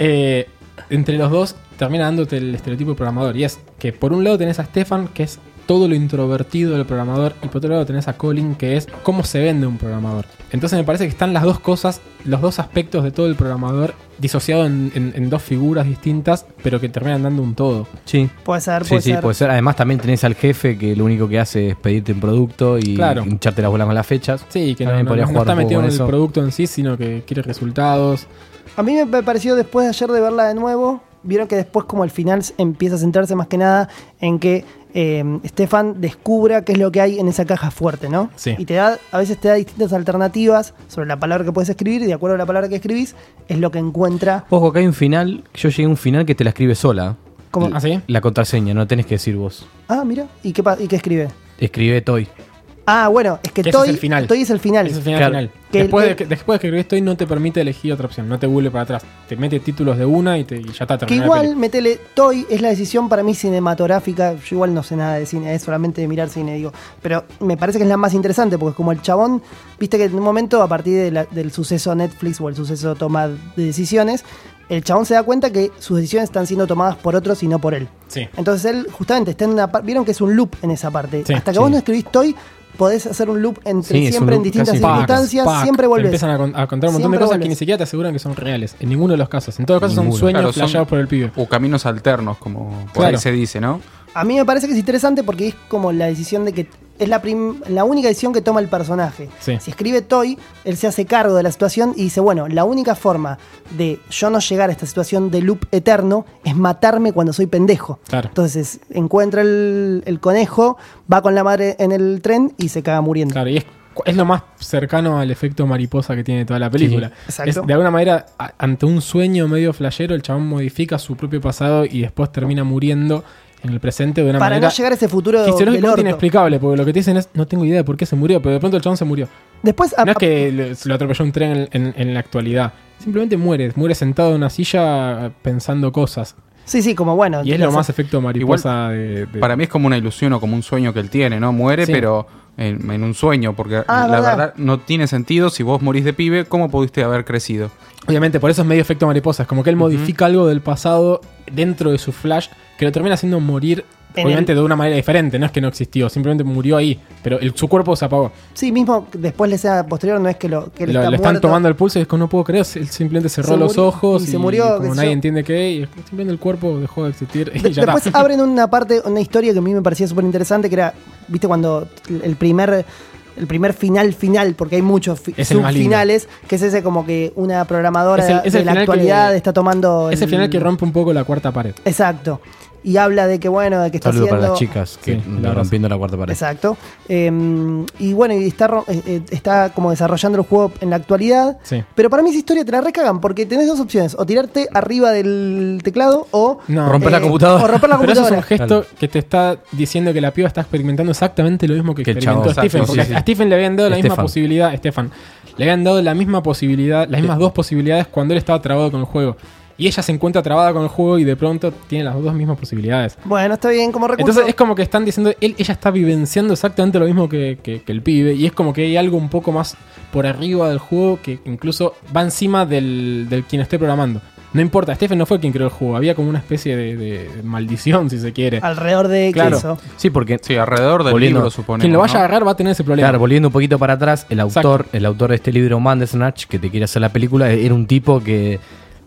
Speaker 5: eh, entre los dos termina dándote el estereotipo de programador. Y es que por un lado tenés a Stefan, que es todo lo introvertido del programador, y por otro lado tenés a Colin, que es cómo se vende un programador. Entonces me parece que están las dos cosas, los dos aspectos de todo el programador disociado en, en- en dos figuras distintas, pero que terminan dando un todo.
Speaker 3: Sí.
Speaker 6: puede ser,
Speaker 3: Sí,
Speaker 6: puede
Speaker 3: sí,
Speaker 6: ser.
Speaker 3: puede ser. Además, también tenés al jefe que lo único que hace es pedirte un producto y
Speaker 5: Claro.
Speaker 3: hincharte las bolas con las fechas.
Speaker 5: Sí, que no,
Speaker 3: También
Speaker 5: no-
Speaker 3: podría
Speaker 5: no
Speaker 3: jugar
Speaker 5: está
Speaker 3: un poco
Speaker 5: metido en el
Speaker 3: con eso.
Speaker 5: producto en sí, sino que quiere resultados.
Speaker 6: A mí me pareció después de ayer de verla de nuevo, vieron que después como al final s- empieza a centrarse más que nada en que eh, Stefan descubra qué es lo que hay en esa caja fuerte, ¿no?
Speaker 5: Sí.
Speaker 6: Y te da, a veces te da distintas alternativas sobre la palabra que puedes escribir y de acuerdo a la palabra que escribís es lo que encuentra
Speaker 3: Ojo, que hay un final. Yo llegué a un final que te la escribe sola.
Speaker 6: como...
Speaker 5: ¿Ah, sí?
Speaker 3: La contraseña, no la tenés que decir vos.
Speaker 6: Ah, mira, ¿y qué, pa- y qué escribe?
Speaker 3: Escribe Toy.
Speaker 6: Ah, bueno, es que
Speaker 5: Ese es
Speaker 6: Toy
Speaker 5: el final.
Speaker 6: Toy es el final.
Speaker 5: Ese es el final
Speaker 3: Claro.
Speaker 5: final.
Speaker 6: Que el-
Speaker 5: después, de,
Speaker 6: que-
Speaker 5: que- después de que escribís estoy no te permite elegir otra opción, no te vuelve para atrás. Te mete títulos de una y, te, y ya está
Speaker 6: Que
Speaker 5: terminado.
Speaker 6: igual, metele, Toy es la decisión para mí cinematográfica. Yo igual no sé nada de cine, es solamente de mirar cine, digo. Pero me parece que es la más interesante, porque es como el chabón, viste que en un momento, a partir de la- del suceso Netflix o el suceso toma de decisiones, el chabón se da cuenta que sus decisiones están siendo tomadas por otros y no por él.
Speaker 5: Sí.
Speaker 6: Entonces él, justamente, está en una parte. Vieron que es un loop en esa parte.
Speaker 5: Sí,
Speaker 6: Hasta que
Speaker 5: sí.
Speaker 6: vos no escribís Toy, podés hacer un loop entre
Speaker 3: Sí, es un
Speaker 6: siempre en
Speaker 3: loop
Speaker 6: distintas
Speaker 3: casi-
Speaker 5: Pac,
Speaker 6: circunstancias,
Speaker 5: pac,
Speaker 6: siempre
Speaker 5: te
Speaker 6: volvés.
Speaker 5: Empiezan a, con- a contar un montón
Speaker 6: Siempre
Speaker 5: de cosas que
Speaker 6: volvés.
Speaker 5: ni siquiera te aseguran que son reales. En ninguno de los casos. En todo caso,
Speaker 3: Ninguno.
Speaker 5: son sueños
Speaker 7: Claro, son-
Speaker 5: flasheados por el pibe.
Speaker 7: O caminos alternos, como por
Speaker 5: Claro.
Speaker 7: ahí se dice, ¿no?
Speaker 6: a mí me parece que es interesante porque es como la decisión de que es la, prim- la única decisión que toma el personaje.
Speaker 5: Sí.
Speaker 6: Si escribe Toy, él se hace cargo de la situación y dice, bueno, la única forma de yo no llegar a esta situación de loop eterno es matarme cuando soy pendejo.
Speaker 5: Claro.
Speaker 6: Entonces encuentra el, el conejo, va con la madre en el tren y se caga muriendo.
Speaker 5: Claro, y es, es lo más cercano al efecto mariposa que tiene toda la película.
Speaker 6: Sí, exacto.
Speaker 5: Es, de alguna manera, a- ante un sueño medio flashero, el chabón modifica su propio pasado y después termina muriendo en el presente de una
Speaker 6: Para
Speaker 5: manera.
Speaker 6: no llegar a ese futuro del
Speaker 5: Fisiológicamente
Speaker 6: orto.
Speaker 5: inexplicable, porque lo que te dicen es, no tengo idea de por qué se murió, pero de pronto el chabón se murió.
Speaker 6: Después, a-
Speaker 5: No es que le- se lo atropelló un tren en, en- en la actualidad. Simplemente muere, muere sentado en una silla eh, pensando cosas.
Speaker 6: sí, sí, como bueno.
Speaker 5: Y es lo más efecto mariposa de, de-
Speaker 7: Para mí es como una ilusión o como un sueño que él tiene, ¿no? Muere,
Speaker 5: Sí.
Speaker 7: pero en, en un sueño, porque
Speaker 6: Ah,
Speaker 7: la
Speaker 6: verdad.
Speaker 7: verdad. no tiene sentido si vos morís de pibe, ¿cómo pudiste haber crecido?
Speaker 5: Obviamente, por eso es medio efecto mariposa. Es como que él modifica algo del pasado dentro de su flash que lo termina haciendo morir,
Speaker 6: En
Speaker 5: obviamente, de una manera diferente. No es que no existió, simplemente murió ahí. Pero el- su cuerpo se apagó.
Speaker 6: Sí, mismo después le sea posterior, no es que lo que él
Speaker 5: Lo-
Speaker 6: está
Speaker 5: le están
Speaker 6: muerto.
Speaker 5: tomando el pulso y es que no puedo creer. Él simplemente cerró
Speaker 6: Se
Speaker 5: los
Speaker 6: murió,
Speaker 5: ojos
Speaker 6: y
Speaker 5: y,
Speaker 6: se murió, qué
Speaker 5: como
Speaker 6: sé
Speaker 5: nadie
Speaker 6: yo.
Speaker 5: entiende qué. Y es que simplemente el cuerpo dejó de existir y
Speaker 6: De-
Speaker 5: ya
Speaker 6: después
Speaker 5: está.
Speaker 6: abren una parte, una historia que a mí me parecía súper interesante, que era, viste, cuando el primer el primer final final, porque hay muchos fi-
Speaker 5: Es el más lindo.
Speaker 6: subfinales, que es ese como que una programadora
Speaker 5: Es el-
Speaker 6: de-
Speaker 5: es
Speaker 6: de
Speaker 5: el
Speaker 6: la
Speaker 5: final que-
Speaker 6: actualidad está tomando...
Speaker 5: Es el final que rompe un poco la cuarta pared.
Speaker 6: Exacto. Y habla de que, bueno, de que está
Speaker 3: Saludo
Speaker 6: haciendo...
Speaker 3: para las chicas que
Speaker 5: Sí, la verdad.
Speaker 3: rompiendo la cuarta pared.
Speaker 6: Exacto. Eh, y bueno, y está, ro- eh, eh, está como desarrollando el juego en la actualidad.
Speaker 5: Sí.
Speaker 6: Pero para mí esa historia te la recagan porque tenés dos opciones. O tirarte arriba del teclado o... eh,
Speaker 5: No. eh,
Speaker 3: Romper la computadora.
Speaker 6: O romper la
Speaker 5: Pero eso es
Speaker 6: computadora.
Speaker 5: un gesto
Speaker 3: Claro.
Speaker 5: que te está diciendo que la piba está experimentando exactamente lo mismo que,
Speaker 3: Que el
Speaker 5: experimentó
Speaker 3: chabón,
Speaker 5: Stephen.
Speaker 3: exacto,
Speaker 5: porque
Speaker 3: sí,
Speaker 5: a
Speaker 3: sí.
Speaker 5: Stephen le habían dado la misma
Speaker 3: Estefan.
Speaker 5: posibilidad, Stefan, le habían dado la misma posibilidad, las mismas dos posibilidades cuando él estaba trabado con el juego. Y ella se encuentra trabada con el juego y de pronto tiene las dos mismas posibilidades.
Speaker 6: Bueno, está bien como recurso.
Speaker 5: Entonces es como que están diciendo, él, ella está vivenciando exactamente lo mismo que, que- que el pibe, y es como que hay algo un poco más por arriba del juego que incluso va encima del, del quien esté programando. No importa, Stephen no fue quien creó el juego, había como una especie de, de maldición, si se quiere.
Speaker 6: alrededor de
Speaker 5: Claro.
Speaker 6: eso.
Speaker 3: Sí, porque
Speaker 7: Sí, alrededor del
Speaker 3: Volviendo.
Speaker 7: libro, suponemos.
Speaker 5: Quien lo vaya a
Speaker 7: ¿no?
Speaker 5: agarrar va a tener ese problema.
Speaker 3: Claro, volviendo un poquito para atrás, el
Speaker 5: Exacto.
Speaker 3: autor, el autor de este libro, Mandersnatch, que te quiere hacer la película, era un tipo que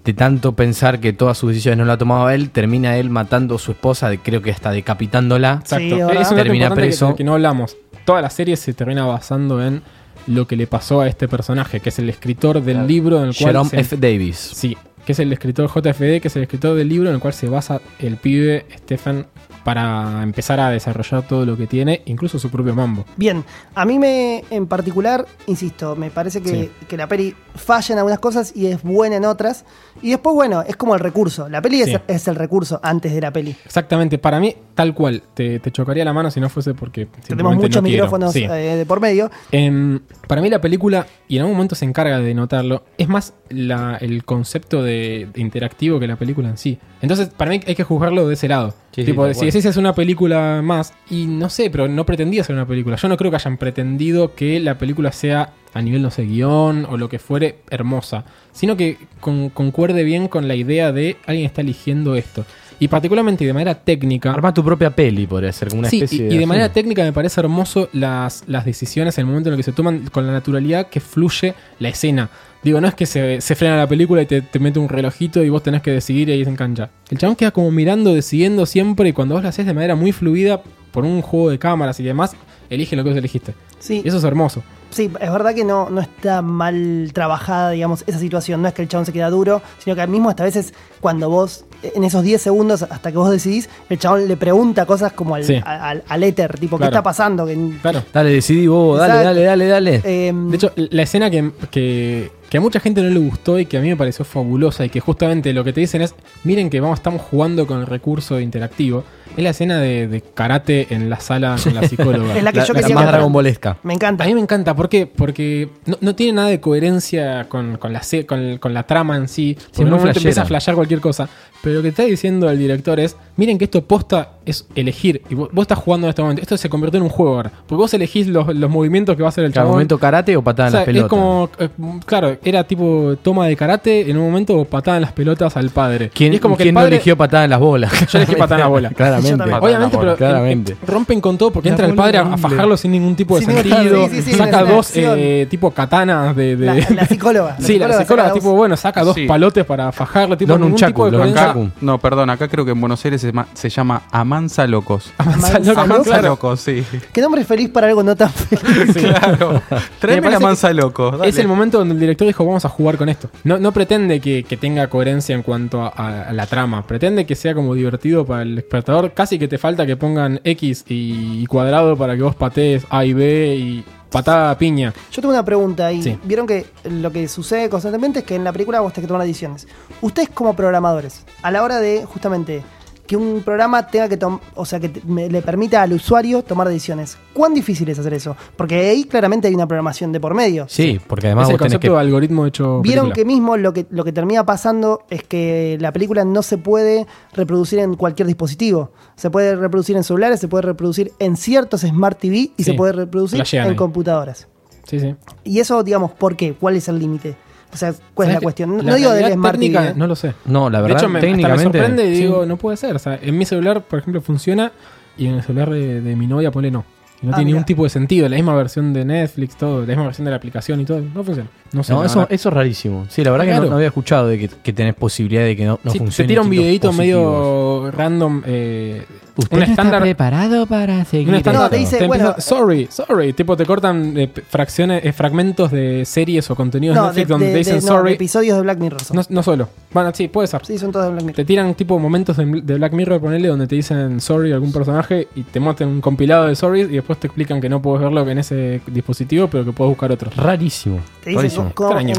Speaker 3: de tanto pensar que todas sus decisiones no la tomaba él, termina él matando a su esposa, de- creo que hasta decapitándola.
Speaker 6: Sí,
Speaker 5: Exacto.
Speaker 6: ¿verdad?
Speaker 5: es un dato
Speaker 3: Termina
Speaker 5: importante
Speaker 3: preso.
Speaker 5: que, del que no hablamos. Toda la serie se termina basando en lo que le pasó a este personaje, que es el escritor del libro en el cual
Speaker 3: Jerome
Speaker 5: se-
Speaker 3: F. Davis.
Speaker 5: Sí, que es el escritor JFD, que es el escritor del libro en el cual se basa el pibe Stefan para empezar a desarrollar todo lo que tiene, incluso su propio mambo.
Speaker 6: Bien, a mí me en particular, insisto, me parece que,
Speaker 5: Sí.
Speaker 6: que la peli falla en algunas cosas y es buena en otras. Y después, bueno, es como el recurso. La peli es,
Speaker 5: Sí.
Speaker 6: es el recurso antes de la peli.
Speaker 5: Exactamente, para mí, tal cual, te, te chocaría la mano si no fuese porque...
Speaker 6: Tenemos
Speaker 5: simplemente
Speaker 6: muchos
Speaker 5: no quiero.
Speaker 6: micrófonos
Speaker 5: Sí.
Speaker 6: eh, de por medio.
Speaker 5: Em, para mí la película, y en algún momento se encarga de notarlo, es más la- el concepto de, de interactivo que la película en sí. Entonces, para mí hay que juzgarlo de ese lado.
Speaker 3: Sí,
Speaker 5: tipo,
Speaker 3: sí, tal
Speaker 5: si
Speaker 3: cual.
Speaker 5: decís es una película más, y no sé, pero no pretendía ser una película. Yo no creo que hayan pretendido que la película sea a nivel, no sé, guión o lo que fuere, hermosa. Sino que con- concuerde bien con la idea de alguien está eligiendo esto. Y particularmente y de manera técnica,
Speaker 3: Arma tu propia peli, podría ser, como una
Speaker 5: Sí,
Speaker 3: especie
Speaker 5: y, y de manera técnica me parece hermoso las, las decisiones en el momento en el que se toman con la naturalidad que fluye la escena. Digo, no es que se, se frena la película y te, te mete un relojito y vos tenés que decidir y ahí se engancha. El chabón queda como mirando, decidiendo siempre y cuando vos lo haces de manera muy fluida por un juego de cámaras y demás, elige lo que vos elegiste.
Speaker 6: Sí,
Speaker 5: Y eso es hermoso.
Speaker 6: sí, es verdad que no, no está mal trabajada, digamos, esa situación. No es que el chabón se queda duro, sino que mismo hasta a veces cuando vos, en esos 10 segundos hasta que vos decidís, el chabón le pregunta cosas como al,
Speaker 5: Sí.
Speaker 6: a- al, al éter, tipo,
Speaker 5: Claro.
Speaker 6: ¿qué está pasando? Que,
Speaker 5: Claro.
Speaker 3: Dale, decidí vos, dale,
Speaker 6: Exacto.
Speaker 3: dale, dale, dale.
Speaker 6: em,
Speaker 5: De hecho, Eh, la escena que, que- que a mucha gente no le gustó y que a mí me pareció fabulosa y que justamente lo que te dicen es, miren que vamos, estamos jugando con el recurso interactivo, es la escena de, de karate en la sala con la psicóloga.
Speaker 6: Es la que yo
Speaker 3: La
Speaker 6: quería
Speaker 3: más
Speaker 6: hablar.
Speaker 3: Dragon Ballesca.
Speaker 6: me encanta.
Speaker 5: A mí me encanta, ¿por qué? Porque no, no tiene nada de coherencia con, con la, se- con, con la trama en sí. Porque en
Speaker 3: muy
Speaker 5: un momento
Speaker 3: flashera.
Speaker 5: empieza a flashear cualquier cosa. Pero lo que está diciendo el director es, miren que esto posta es elegir. Y vos, vos estás jugando en este momento. Esto se convirtió en un juego ahora. Porque vos elegís los, los movimientos que va a hacer el
Speaker 3: Cada
Speaker 5: chabón.
Speaker 3: momento karate o patada
Speaker 5: O sea,
Speaker 3: en la pelota.
Speaker 5: Es como, eh, claro, era tipo toma de karate en un momento o patada en las pelotas al padre.
Speaker 3: ¿Quién,
Speaker 5: Y es como que el
Speaker 3: quién no
Speaker 5: padre-
Speaker 3: eligió patada en las bolas?
Speaker 5: Yo elegí patada en las bolas.
Speaker 6: Yo
Speaker 3: Claramente.
Speaker 6: también.
Speaker 7: Patada en las
Speaker 5: Obviamente, pero
Speaker 7: bolas,
Speaker 3: claramente.
Speaker 5: rompen con todo porque
Speaker 3: La
Speaker 5: entra el
Speaker 3: bola
Speaker 5: padre a,
Speaker 3: horrible.
Speaker 5: a fajarlo sin ningún tipo de
Speaker 6: Sin ningún-
Speaker 5: sentido.
Speaker 6: sí, sí, sí,
Speaker 5: saca
Speaker 6: es una
Speaker 5: dos
Speaker 6: acción.
Speaker 5: eh, tipo katanas de. de-
Speaker 6: La, la psicóloga.
Speaker 5: sí, la psicóloga,
Speaker 6: saca
Speaker 5: tipo,
Speaker 6: dos-
Speaker 5: bueno, saca dos
Speaker 7: Sí.
Speaker 5: palotes para fajarlo, tipo,
Speaker 3: Dos
Speaker 5: ningún
Speaker 3: nunchaku,
Speaker 5: tipo de
Speaker 3: los
Speaker 5: coherencia.
Speaker 3: nunchaku.
Speaker 7: No, perdón, acá creo que en Buenos Aires se, llama- se llama Amanza Locos.
Speaker 5: Amanza loca,
Speaker 6: Amanza
Speaker 5: Ah, claro.
Speaker 7: Amanza Locos, sí.
Speaker 6: Qué nombre feliz para algo no tan feliz.
Speaker 7: Claro.
Speaker 5: Me
Speaker 7: Tráeme
Speaker 5: parece
Speaker 7: la Amanza Locos. dale.
Speaker 5: Es el momento donde el director dijo, vamos a jugar con esto. No, no pretende que, que tenga coherencia en cuanto a, a- a la trama. Pretende que sea como divertido para el espectador. Casi que te falta que pongan X y, y cuadrado para que vos patees A y B y patada a piña.
Speaker 6: Yo tengo una pregunta y
Speaker 5: Sí.
Speaker 6: vieron que lo que sucede constantemente es que en la película vos tenés que tomar decisiones. Ustedes como programadores, a la hora de justamente que un programa tenga que tom- o sea, que te- me- le permita al usuario tomar decisiones. ¿Cuán difícil es hacer eso? Porque ahí claramente hay una programación de por medio.
Speaker 3: Sí, porque
Speaker 5: es
Speaker 3: además
Speaker 5: el
Speaker 3: vos tenés
Speaker 5: concepto
Speaker 3: que.
Speaker 5: de algoritmo hecho
Speaker 6: Vieron
Speaker 5: película.
Speaker 6: que mismo lo que, lo que termina pasando es que la película no se puede reproducir en cualquier dispositivo. Se puede reproducir en celulares, se puede reproducir en ciertos Smart TV y
Speaker 5: Sí,
Speaker 6: se puede reproducir
Speaker 5: flashean
Speaker 6: en
Speaker 5: ahí.
Speaker 6: computadoras.
Speaker 5: Sí, sí.
Speaker 6: Y eso, digamos, ¿por qué? ¿Cuál es el límite? O sea, ¿cuál es
Speaker 5: ¿Sabés
Speaker 6: la
Speaker 5: que
Speaker 6: cuestión? No,
Speaker 5: la
Speaker 6: no digo del
Speaker 5: realidad
Speaker 6: Smart
Speaker 5: técnica,
Speaker 6: TV. ¿eh?
Speaker 5: No lo sé.
Speaker 3: No, la
Speaker 5: de
Speaker 3: verdad,
Speaker 5: hecho, me, hasta me
Speaker 3: técnicamente.
Speaker 5: sorprende y
Speaker 3: sí.
Speaker 5: digo, no puede ser. O sea, en mi celular, por ejemplo, funciona y en el celular de, de mi novia, pone no. Y no
Speaker 6: Ah,
Speaker 5: tiene
Speaker 6: mirá.
Speaker 5: ningún tipo de sentido. La misma versión de Netflix, todo. La misma versión de la aplicación y todo. No funciona. No sé.
Speaker 3: No,
Speaker 5: la
Speaker 3: eso,
Speaker 5: verdad.
Speaker 3: eso es rarísimo. Sí, la verdad que
Speaker 5: Claro.
Speaker 3: no, no había escuchado de que, que tenés posibilidad de que no, no
Speaker 5: Sí, te
Speaker 3: funcione.
Speaker 5: tira un
Speaker 3: distintos
Speaker 5: videito
Speaker 3: dispositivos.
Speaker 5: medio random. eh, un
Speaker 3: no está
Speaker 5: estándar.
Speaker 3: preparado para seguir.
Speaker 5: Un estándar.
Speaker 6: No, te dice,
Speaker 5: empieza,
Speaker 6: bueno, eh,
Speaker 5: sorry, sorry. Tipo, te cortan eh, fracciones, eh, fragmentos de series o contenidos de
Speaker 6: No, de,
Speaker 5: Netflix donde
Speaker 6: de-
Speaker 5: te dicen
Speaker 6: de- no, de
Speaker 5: sorry.
Speaker 6: episodios de Black Mirror. son.
Speaker 5: No, no solo. Bueno, sí, puede ser.
Speaker 6: Sí, son todos de Black Mirror.
Speaker 5: Te tiran tipo momentos de, de Black Mirror, ponele, donde te dicen sorry a algún personaje y te muestran un compilado de sorry y después te explican que no puedes verlo en ese dispositivo, pero que puedes buscar otro.
Speaker 3: Rarísimo.
Speaker 6: Te dicen
Speaker 3: rarísimo.
Speaker 6: cómo-
Speaker 5: Extraño.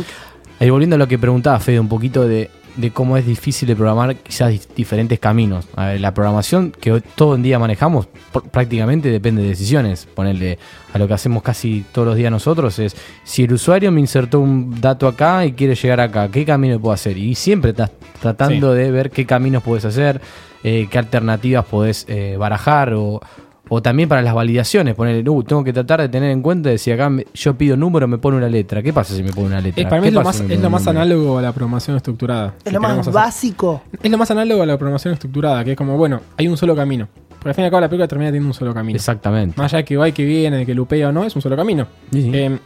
Speaker 3: Ahí volviendo a lo que preguntaba Fede, un poquito de, de cómo es difícil de programar quizás di- diferentes caminos. A ver, la programación que hoy, todo el día manejamos pr- prácticamente depende de decisiones. Ponerle a lo que hacemos casi todos los días nosotros es, si el usuario me insertó un dato acá y quiere llegar acá, ¿qué camino puedo hacer? Y siempre estás tratando de ver qué caminos puedes hacer, eh, qué alternativas podés eh, barajar o... O también para las validaciones, ponerle, uh, tengo que tratar de tener en cuenta de si acá me- yo pido un número, me pone una letra. ¿Qué pasa si me pone una letra?
Speaker 5: Eh, para mí
Speaker 3: ¿Qué
Speaker 5: es lo,
Speaker 3: pasa
Speaker 5: más,
Speaker 3: si me
Speaker 5: es
Speaker 3: pone
Speaker 5: lo
Speaker 3: un
Speaker 5: más
Speaker 3: número?
Speaker 5: análogo a la programación estructurada.
Speaker 6: Es
Speaker 5: que
Speaker 6: lo más
Speaker 5: queremos hacer.
Speaker 6: básico.
Speaker 5: Es lo más análogo a la programación estructurada, que es como, bueno, hay un solo camino. Porque al fin y al cabo la película termina teniendo un solo camino.
Speaker 3: Exactamente.
Speaker 5: Más allá de que va y que viene, de que lupea o no, es un solo camino.
Speaker 3: Sí, sí.
Speaker 5: Eh,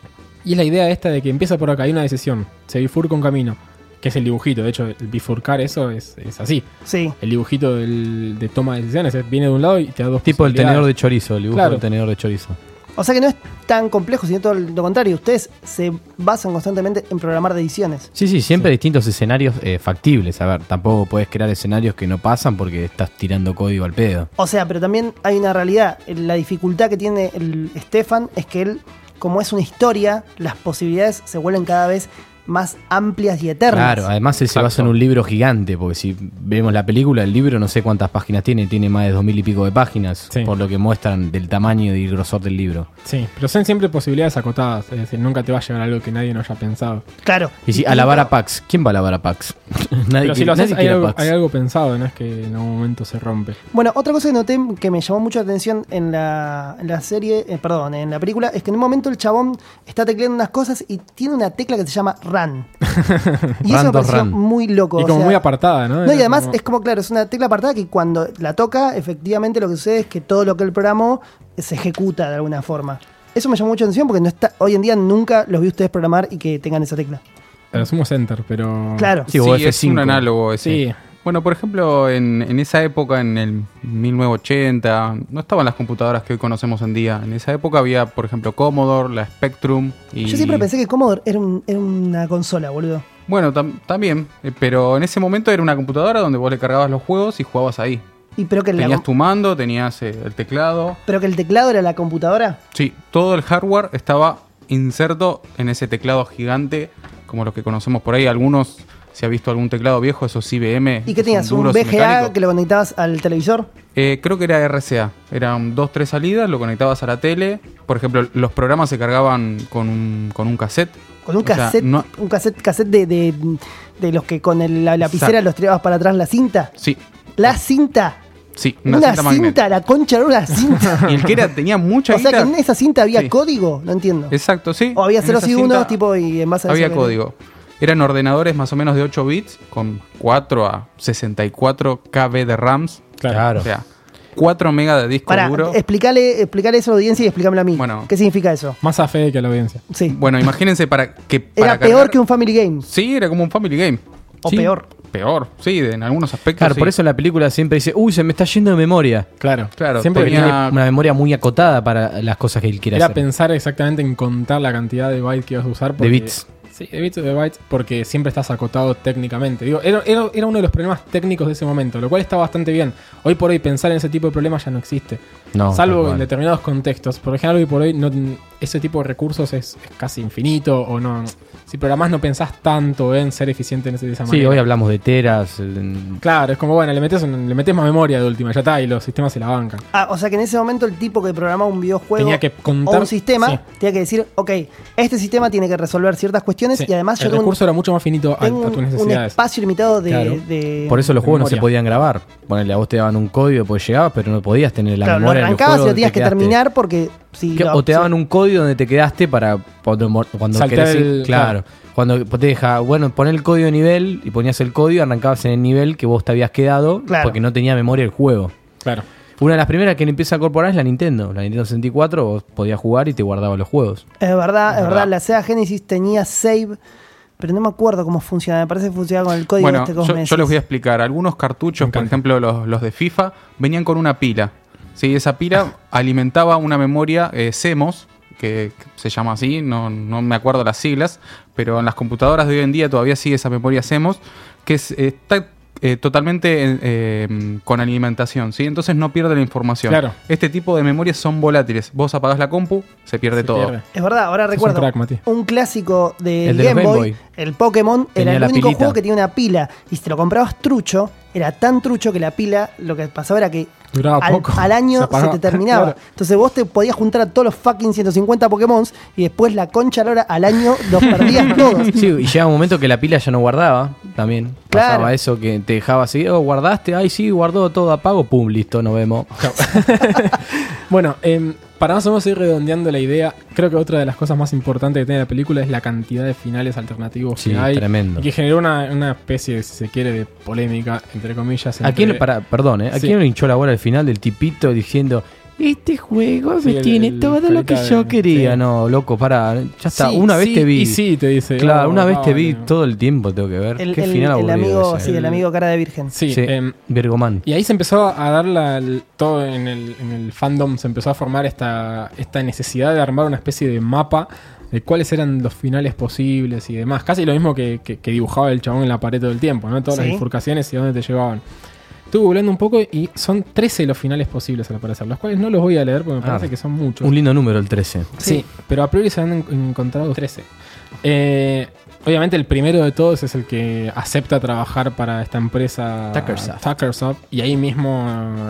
Speaker 5: y es la idea esta de que empieza por acá, hay una decisión, se bifurca un camino, que es el dibujito. De hecho, el bifurcar eso es, es así.
Speaker 6: Sí.
Speaker 5: El dibujito del- de toma de decisiones eh, viene de un lado y te da dos
Speaker 3: tipo el tenedor
Speaker 5: posibilidades.
Speaker 3: de chorizo, el dibujo
Speaker 5: Claro.
Speaker 3: del tenedor de chorizo.
Speaker 6: O sea que no es tan complejo, sino todo lo contrario. Ustedes se basan constantemente en programar decisiones.
Speaker 3: Sí, sí, siempre distintos escenarios eh, factibles. A ver, tampoco puedes crear escenarios que no pasan porque estás tirando código al pedo.
Speaker 6: O sea, pero también hay una realidad. La dificultad que tiene el Stefan es que él, como es una historia, las posibilidades se vuelven cada vez más amplias y eternas.
Speaker 3: Claro, además él se basa en un libro gigante, porque si vemos la película, el libro no sé cuántas páginas tiene, tiene más de dos mil y pico de páginas,
Speaker 5: Sí.
Speaker 3: por lo que muestran del tamaño y el grosor del libro.
Speaker 5: Sí, pero son siempre posibilidades acotadas. Es decir, nunca te va a llegar algo que nadie no haya pensado.
Speaker 6: Claro.
Speaker 3: Y si, alabar a Pax, ¿quién va a alabar a Pax? nadie
Speaker 5: Pero si
Speaker 3: quiere,
Speaker 5: lo haces,
Speaker 3: nadie
Speaker 5: hay
Speaker 3: quiere a
Speaker 5: algo,
Speaker 3: Pax.
Speaker 5: hay algo pensado, no es que en algún momento se rompe.
Speaker 6: Bueno, otra cosa que noté que me llamó mucho la atención en la, en la serie, eh, perdón, en la película, es que en un momento el chabón está tecleando unas cosas y tiene una tecla que se llama run. y eso
Speaker 3: Run,
Speaker 6: me
Speaker 3: dos
Speaker 6: pareció
Speaker 3: run.
Speaker 6: muy loco.
Speaker 5: y
Speaker 6: o
Speaker 5: como
Speaker 6: sea,
Speaker 5: muy apartada, ¿no?
Speaker 6: No, y
Speaker 5: Era
Speaker 6: además
Speaker 5: como-
Speaker 6: es como, claro, es una tecla apartada que cuando la toca, efectivamente lo que sucede es que todo lo que él programó eh, se ejecuta de alguna forma. Eso me llamó mucho la atención porque no está, hoy en día nunca los vi ustedes programar y que tengan esa tecla.
Speaker 5: Pero somos Enter, pero.
Speaker 6: Claro.
Speaker 3: Sí, o
Speaker 7: Sí, es
Speaker 3: F5.
Speaker 7: un análogo ese.
Speaker 5: Sí.
Speaker 7: Bueno, por ejemplo, en, en esa época, en el 1980, no estaban las computadoras que hoy conocemos en día. En esa época había, por ejemplo, Commodore, la Spectrum. Y,
Speaker 6: Yo siempre pensé que Commodore era, un- era una consola, boludo.
Speaker 7: Bueno, tam- también. eh, Pero en ese momento era una computadora donde vos le cargabas los juegos y jugabas ahí.
Speaker 6: Y pero que, la-
Speaker 7: Tenías tu mando, tenías eh, el teclado.
Speaker 6: pero que el teclado era la computadora.
Speaker 7: Sí, todo el hardware estaba inserto en ese teclado gigante, como los que conocemos por ahí. Algunos, si ha visto algún teclado viejo, esos IBM.
Speaker 6: ¿Y
Speaker 7: que
Speaker 6: qué tenías?
Speaker 7: son
Speaker 6: ¿Un
Speaker 7: duros y
Speaker 6: VGA
Speaker 7: mecánicos.
Speaker 6: que lo conectabas al televisor?
Speaker 7: Eh, creo que era RCA. Eran dos, tres salidas, lo conectabas a la tele. Por ejemplo, los programas se cargaban con un, con un cassette.
Speaker 6: Con un
Speaker 7: O sea,
Speaker 6: cassette,
Speaker 7: no-
Speaker 6: un cassette, cassette de, de- de los que con el- la lapicera
Speaker 7: Exacto.
Speaker 6: los tirabas para atrás la cinta.
Speaker 7: sí,
Speaker 6: La cinta.
Speaker 7: Sí,
Speaker 6: Una, cinta,
Speaker 7: magnética.
Speaker 6: la concha era una cinta.
Speaker 7: Y el que era, tenía mucha
Speaker 6: o sea que
Speaker 7: guita.
Speaker 6: en esa cinta había
Speaker 7: Sí.
Speaker 6: código, no entiendo.
Speaker 7: Exacto, sí.
Speaker 6: o había
Speaker 7: En esa
Speaker 6: ceros y
Speaker 7: cinta
Speaker 6: unos, tipo, y en base a eso
Speaker 7: Había
Speaker 6: era-
Speaker 7: código. Eran ordenadores más o menos de 8 bits, con 4 a 64 KB de RAMs.
Speaker 3: Claro.
Speaker 7: O sea, 4 MB de disco
Speaker 6: Pará,
Speaker 7: duro.
Speaker 6: explicale, explicale eso a la audiencia y explícamelo a mí.
Speaker 7: Bueno.
Speaker 6: ¿Qué significa eso?
Speaker 5: Más a Fede que a la audiencia.
Speaker 6: Sí.
Speaker 7: Bueno, imagínense para que.
Speaker 6: era
Speaker 7: Para
Speaker 6: peor
Speaker 7: cargar-
Speaker 6: que un Family Game.
Speaker 7: Sí, era como un family game.
Speaker 6: O
Speaker 5: Sí.
Speaker 6: peor.
Speaker 7: Peor, sí, de- en algunos aspectos.
Speaker 3: Claro,
Speaker 7: sí.
Speaker 3: por eso la película siempre dice, uy, se me está yendo de memoria.
Speaker 5: Claro.
Speaker 7: Claro,
Speaker 5: Siempre
Speaker 7: tenía-
Speaker 5: venía-
Speaker 3: Una memoria muy acotada para las cosas que él quiere
Speaker 5: era
Speaker 3: hacer.
Speaker 5: pensar exactamente en contar la cantidad de bytes que ibas a usar. porque-
Speaker 3: bits.
Speaker 5: Sí, de bits o de bytes, porque siempre estás acotado técnicamente. Digo, era, era- era uno de los problemas técnicos de ese momento, lo cual está bastante bien. Hoy por hoy pensar en ese tipo de problemas ya no existe.
Speaker 3: No, tal
Speaker 5: Salvo
Speaker 3: cual.
Speaker 5: en determinados contextos. Por ejemplo, hoy por hoy no, ese tipo de recursos es, es casi infinito o no. Si programás no pensás tanto en ser eficiente en ese, de esa
Speaker 3: Sí,
Speaker 5: manera.
Speaker 3: hoy hablamos de teras. en-
Speaker 5: Claro, es como, bueno, le metes, un- le metes más memoria de última, ya está, y los sistemas se la bancan.
Speaker 6: Ah, o sea que en ese momento el tipo que programaba un videojuego
Speaker 5: Tenía que
Speaker 6: o
Speaker 5: contar-
Speaker 6: un sistema
Speaker 5: sí.
Speaker 6: tenía que decir, ok, este sistema tiene que resolver ciertas cuestiones
Speaker 5: Sí,
Speaker 6: y además yo
Speaker 5: el
Speaker 6: tengo, un,
Speaker 5: recurso era mucho más finito a,
Speaker 6: tengo
Speaker 5: a tus
Speaker 6: un- un
Speaker 5: necesidades.
Speaker 6: espacio limitado de...
Speaker 5: Claro.
Speaker 6: de-
Speaker 3: Por eso los
Speaker 5: de
Speaker 3: juegos no se
Speaker 5: memoria.
Speaker 3: podían grabar. Ponele, a vos te daban un código, después llegabas, pero no podías tener la
Speaker 6: claro, lo
Speaker 3: memoria. del
Speaker 6: arrancabas y
Speaker 3: juego,
Speaker 6: lo tenías
Speaker 3: te
Speaker 6: que
Speaker 3: quedaste.
Speaker 6: terminar porque... Si
Speaker 3: Que-
Speaker 6: lo-
Speaker 3: o te
Speaker 6: si-
Speaker 3: daban un código donde te quedaste para cuando, mor- cuando
Speaker 5: Saltear
Speaker 3: querés ir-
Speaker 5: el-
Speaker 3: claro. Cuando te deja, bueno, poner el código de nivel y ponías el código y arrancabas en el nivel que vos te habías quedado
Speaker 6: Claro.
Speaker 3: porque no tenía memoria el juego.
Speaker 5: Claro.
Speaker 3: Una de las primeras que le empieza a incorporar es la Nintendo. La Nintendo 64 vos podías jugar y te guardaba los juegos.
Speaker 6: Es verdad, es verdad, la Sega Genesis tenía save, pero no me acuerdo cómo funcionaba, me parece que funcionaba con el código
Speaker 7: Bueno,
Speaker 6: este que vos
Speaker 7: yo,
Speaker 6: me
Speaker 7: yo les
Speaker 6: decís.
Speaker 7: voy a explicar. Algunos cartuchos, por ejemplo, los, los de FIFA, venían con una pila. Sí, esa pila alimentaba una memoria eh, CMOS, que se llama así, no, no me acuerdo las siglas, pero en las computadoras de hoy en día todavía sigue esa memoria CMOS, que es- está eh, totalmente eh, eh, con alimentación, ¿sí? Entonces no pierde la información.
Speaker 5: Claro.
Speaker 7: Este tipo de memorias son volátiles. Vos apagás la compu, se pierde
Speaker 5: Se
Speaker 7: todo.
Speaker 5: pierde.
Speaker 6: Es verdad, ahora
Speaker 5: Sos un
Speaker 6: recuerdo.
Speaker 5: crack, Mati.
Speaker 6: un clásico del
Speaker 3: El de los
Speaker 6: Game
Speaker 3: Game
Speaker 6: Boy,
Speaker 3: Boy.
Speaker 6: el Pokémon,
Speaker 3: Tenía
Speaker 6: era
Speaker 3: la
Speaker 6: el único
Speaker 3: pilita.
Speaker 6: juego que tenía una pila. Y si te lo comprabas trucho, era tan trucho que la pila, lo que pasaba era que
Speaker 5: Duraba
Speaker 6: al,
Speaker 5: poco.
Speaker 6: al
Speaker 5: Se
Speaker 6: año se,
Speaker 5: apagaba.
Speaker 6: te terminaba.
Speaker 5: Claro.
Speaker 6: Entonces vos te podías juntar a todos los fucking 150 Pokémon y después la concha lora al año los perdías todos.
Speaker 3: Sí, y llega un momento que la pila ya no guardaba también.
Speaker 6: Claro.
Speaker 3: Pasaba eso que te dejaba así, oh, guardaste, ay, sí, guardó todo, apago, pum, listo, nos vemos.
Speaker 5: Bueno, em, para más o menos ir redondeando la idea, creo que otra de las cosas más importantes que tiene la película es la cantidad de finales alternativos
Speaker 3: Sí,
Speaker 5: que hay.
Speaker 3: tremendo.
Speaker 5: Y que generó una, una especie, si se quiere, de polémica, entre comillas.
Speaker 3: ¿A quién,
Speaker 5: entre-
Speaker 3: le- para, perdón, ¿eh? ¿A
Speaker 5: Sí.
Speaker 3: quién le hinchó la bola al final del tipito diciendo, este juego
Speaker 5: Sí,
Speaker 3: me
Speaker 5: el-
Speaker 3: tiene
Speaker 5: el
Speaker 3: todo lo que
Speaker 5: carita
Speaker 3: yo
Speaker 5: de-
Speaker 3: quería?
Speaker 5: sí.
Speaker 3: No, loco, para, ya está,
Speaker 5: Sí,
Speaker 3: una vez
Speaker 5: sí
Speaker 3: te vi.
Speaker 5: Y sí, te dice.
Speaker 3: Claro,
Speaker 5: oh,
Speaker 3: una vez te
Speaker 5: no,
Speaker 3: vi
Speaker 5: no.
Speaker 3: todo el tiempo, tengo que ver.
Speaker 6: El,
Speaker 3: Qué
Speaker 6: el-
Speaker 3: final
Speaker 6: el
Speaker 3: aburrido.
Speaker 6: amigo,
Speaker 3: ese. ¿eh?
Speaker 6: sí, el amigo cara de virgen.
Speaker 5: Sí,
Speaker 3: Sí,
Speaker 5: em,
Speaker 3: Virgomán.
Speaker 5: Y ahí se empezó a dar la- el- todo en el, en el fandom, se empezó a formar esta, esta necesidad de armar una especie de mapa de cuáles eran los finales posibles y demás. Casi lo mismo que, que- que dibujaba el chabón en la pared todo el tiempo, ¿no? Todas
Speaker 6: Sí.
Speaker 5: las bifurcaciones y a dónde te llevaban. Estuve volando un poco y son 13 los finales posibles al parecer, los cuales no los voy a leer porque me
Speaker 3: Ah.
Speaker 5: parece que son muchos.
Speaker 3: Un lindo número el 13.
Speaker 5: Sí, pero a priori se han en- encontrado 13. Eh, obviamente el primero de todos es el que acepta trabajar para esta empresa
Speaker 3: Tuckersoft.
Speaker 5: Tuckersoft, y ahí mismo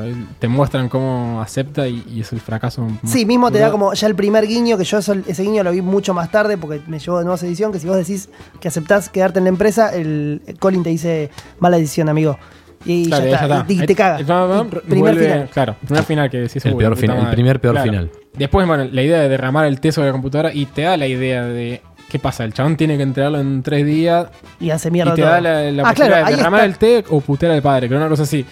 Speaker 5: eh, te muestran cómo acepta y, y es el fracaso. más
Speaker 6: Sí, mismo te da
Speaker 5: duro.
Speaker 6: como ya el primer guiño, que yo eso- ese guiño lo vi mucho más tarde porque me llevó de nueva edición, que si vos decís que aceptás quedarte en la empresa, el el Colin te dice mala decisión, amigo. Y
Speaker 5: Claro,
Speaker 6: ya está,
Speaker 5: ya está.
Speaker 6: y
Speaker 5: Ahí-
Speaker 6: te caga.
Speaker 5: ahí va, va,
Speaker 6: Y primer
Speaker 5: vuelve-
Speaker 6: final.
Speaker 5: Claro, primer final que decís.
Speaker 3: El
Speaker 5: "Uy,
Speaker 3: peor
Speaker 5: puta
Speaker 3: final, el
Speaker 5: madre".
Speaker 3: primer peor final.
Speaker 5: Después, bueno, la idea de derramar el teso de la computadora y te da la idea de. ¿Qué pasa? El chabón tiene que entregarlo en tres días
Speaker 6: Y hace mierda
Speaker 5: y te
Speaker 6: todo.
Speaker 5: da la, la
Speaker 6: ah,
Speaker 5: posibilidad
Speaker 6: claro,
Speaker 5: de
Speaker 6: ahí
Speaker 5: derramar
Speaker 6: está.
Speaker 5: el té o putear al padre, que era una cosa así.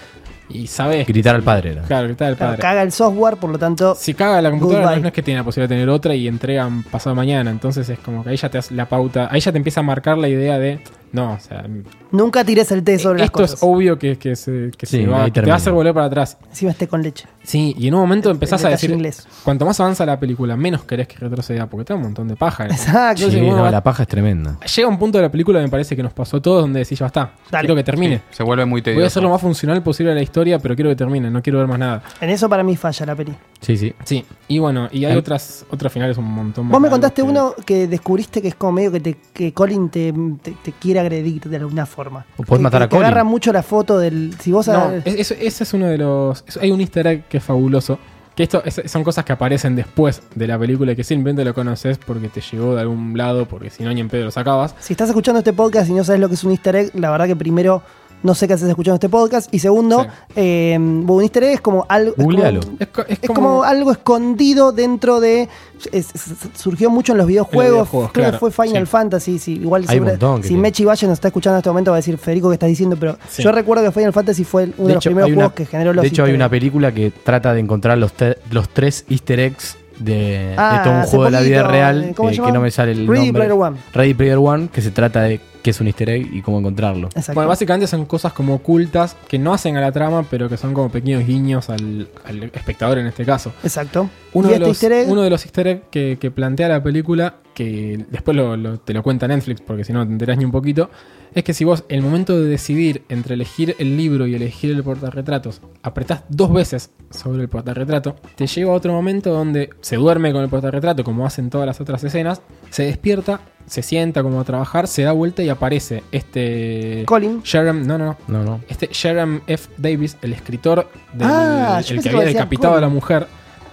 Speaker 5: Y sabes.
Speaker 3: Gritar al padre. era.
Speaker 5: Claro, gritar al
Speaker 6: Claro,
Speaker 5: padre.
Speaker 6: caga el software, por lo tanto.
Speaker 5: Si caga la computadora,
Speaker 6: Goodbye.
Speaker 5: no, no es que tiene la posibilidad de tener otra y entregan pasado mañana. Entonces es como que ahí ya te hace la pauta. Ahí ya te empieza a marcar la idea de. No, o sea. eh,
Speaker 6: Nunca tires el té sobre las
Speaker 5: Esto
Speaker 6: cosas.
Speaker 5: es obvio que, que se, que
Speaker 3: Sí,
Speaker 5: se va.
Speaker 3: ahí
Speaker 5: que Te va
Speaker 3: termina.
Speaker 5: a hacer volver para atrás.
Speaker 6: Encima esté con leche.
Speaker 5: Sí, y en un momento empezás
Speaker 6: el
Speaker 5: a
Speaker 6: detalle
Speaker 5: decir,
Speaker 6: inglés.
Speaker 5: cuanto más avanza la película, menos querés que retroceda, porque te da un montón de paja.
Speaker 6: Exacto.
Speaker 5: Entonces,
Speaker 3: Sí,
Speaker 5: bueno,
Speaker 3: no,
Speaker 5: va-
Speaker 3: la paja es tremenda.
Speaker 5: Llega un punto de la película, me parece que nos pasó a todos, donde decís, ya está,
Speaker 6: Dale.
Speaker 5: quiero que termine.
Speaker 7: Se vuelve muy tedioso.
Speaker 5: Voy a hacer lo más funcional posible a la historia, pero quiero que termine, no quiero ver más nada.
Speaker 6: En eso para mí falla la peli.
Speaker 3: Sí, sí.
Speaker 5: Sí, y bueno, y hay
Speaker 3: Al-
Speaker 5: otras otros finales un montón más.
Speaker 6: Vos me
Speaker 5: largos
Speaker 6: contaste
Speaker 5: que-
Speaker 6: uno que descubriste que es como medio que, te, que Colin te, te, te quiere agredir de alguna forma.
Speaker 3: O podés
Speaker 6: Que-
Speaker 3: matar
Speaker 6: que
Speaker 3: a
Speaker 6: te
Speaker 3: Colin.
Speaker 6: agarra mucho la foto del. Si vos.
Speaker 5: No,
Speaker 6: a-
Speaker 5: es- es- ese es uno de los. es- hay un easter egg que es fabuloso. Que esto es- son cosas que aparecen después de la película y que simplemente lo conoces porque te llegó de algún lado, porque si no ni en pedo lo sacabas.
Speaker 6: Si estás escuchando este podcast y no sabes lo que es un easter egg, la verdad que primero no sé qué haces escuchando este podcast. Y segundo,
Speaker 5: Sí.
Speaker 6: eh, un easter egg es como algo. es como-
Speaker 3: Googlealo.
Speaker 5: Es, co- es
Speaker 6: Es como algo escondido dentro de. es- es- surgió mucho en los videojuegos.
Speaker 5: videojuegos,
Speaker 6: creo
Speaker 5: claro,
Speaker 6: que fue Final
Speaker 5: sí.
Speaker 6: Fantasy. sí, igual
Speaker 3: Hay
Speaker 6: siempre-
Speaker 3: un montón que
Speaker 6: si
Speaker 3: tiene.
Speaker 6: Mechi Valle nos está escuchando en este momento, va a decir Federico, ¿qué estás diciendo? Pero
Speaker 5: Sí.
Speaker 6: yo recuerdo que Final Fantasy fue uno de, los primeros
Speaker 3: hay
Speaker 6: juegos
Speaker 3: una-
Speaker 6: que generó los.
Speaker 3: de hecho, hay
Speaker 6: easter
Speaker 3: una
Speaker 6: eggs.
Speaker 3: película que trata de encontrar los, te- los tres easter eggs de,
Speaker 6: Ah,
Speaker 3: de todo un
Speaker 6: hace
Speaker 3: juego de la vida
Speaker 6: poquito,
Speaker 3: real
Speaker 6: ¿cómo
Speaker 3: eh,
Speaker 6: se
Speaker 3: que
Speaker 6: llama?
Speaker 3: no me sale el
Speaker 6: Ready
Speaker 3: nombre.
Speaker 6: Player One.
Speaker 3: Ready Player One, que se trata de qué es un easter egg y cómo encontrarlo.
Speaker 6: Exacto.
Speaker 5: Bueno, básicamente son cosas como ocultas que no hacen a la trama, pero que son como pequeños guiños al, al espectador en este caso.
Speaker 6: Exacto.
Speaker 5: Uno,
Speaker 6: y
Speaker 5: de
Speaker 6: este
Speaker 5: los,
Speaker 6: easter egg-
Speaker 5: uno de los easter egg que, que plantea la película, que después lo- lo- te lo cuenta Netflix, porque si no te enterás ni un poquito, es que si vos el momento de decidir entre elegir el libro y elegir el portarretratos, apretás dos veces sobre el portarretrato, te lleva a otro momento donde se duerme con el portarretrato, como hacen todas las otras escenas, se despierta, se sienta como a trabajar, se da vuelta y aparece este...
Speaker 6: Colin.
Speaker 5: Jerem, no, no, no.
Speaker 3: No, no.
Speaker 5: Este Jerem F. Davis, el escritor del
Speaker 6: Ah, yo
Speaker 5: el
Speaker 6: pensé que
Speaker 5: que había
Speaker 6: decían
Speaker 5: decapitado a la
Speaker 6: Colin.
Speaker 5: mujer,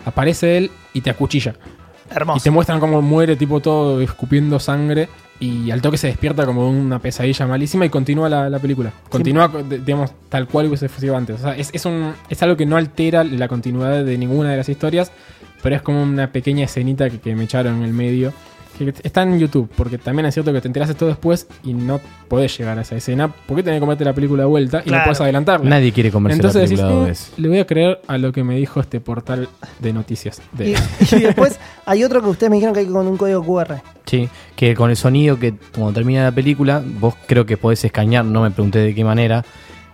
Speaker 5: aparece él y te acuchilla. Y
Speaker 6: Hermoso.
Speaker 5: te muestran cómo muere, tipo todo escupiendo sangre. Y al toque se despierta como de una pesadilla malísima y continúa la, la película. Continúa, de- digamos, tal cual hubiese sido antes. O sea, es, es un, es algo que no altera la continuidad de ninguna de las historias, pero es como una pequeña escenita que, que me echaron en el medio. Que está en YouTube, porque también es cierto que te enteras de todo después y no podés llegar a esa escena. ¿Por qué tenés que comerte la película de vuelta y
Speaker 6: Claro.
Speaker 5: no podés adelantarla?
Speaker 3: Nadie quiere comerse
Speaker 5: Entonces
Speaker 3: la
Speaker 5: decís,
Speaker 3: película dos
Speaker 5: "Mm,
Speaker 3: veces.
Speaker 5: le voy a creer a lo que me dijo este portal de noticias. De...
Speaker 6: Y, y después hay otro que ustedes me dijeron que hay con un código QR.
Speaker 3: Sí, que con el sonido que cuando termina la película, vos creo que podés escanear, no me pregunté de qué manera,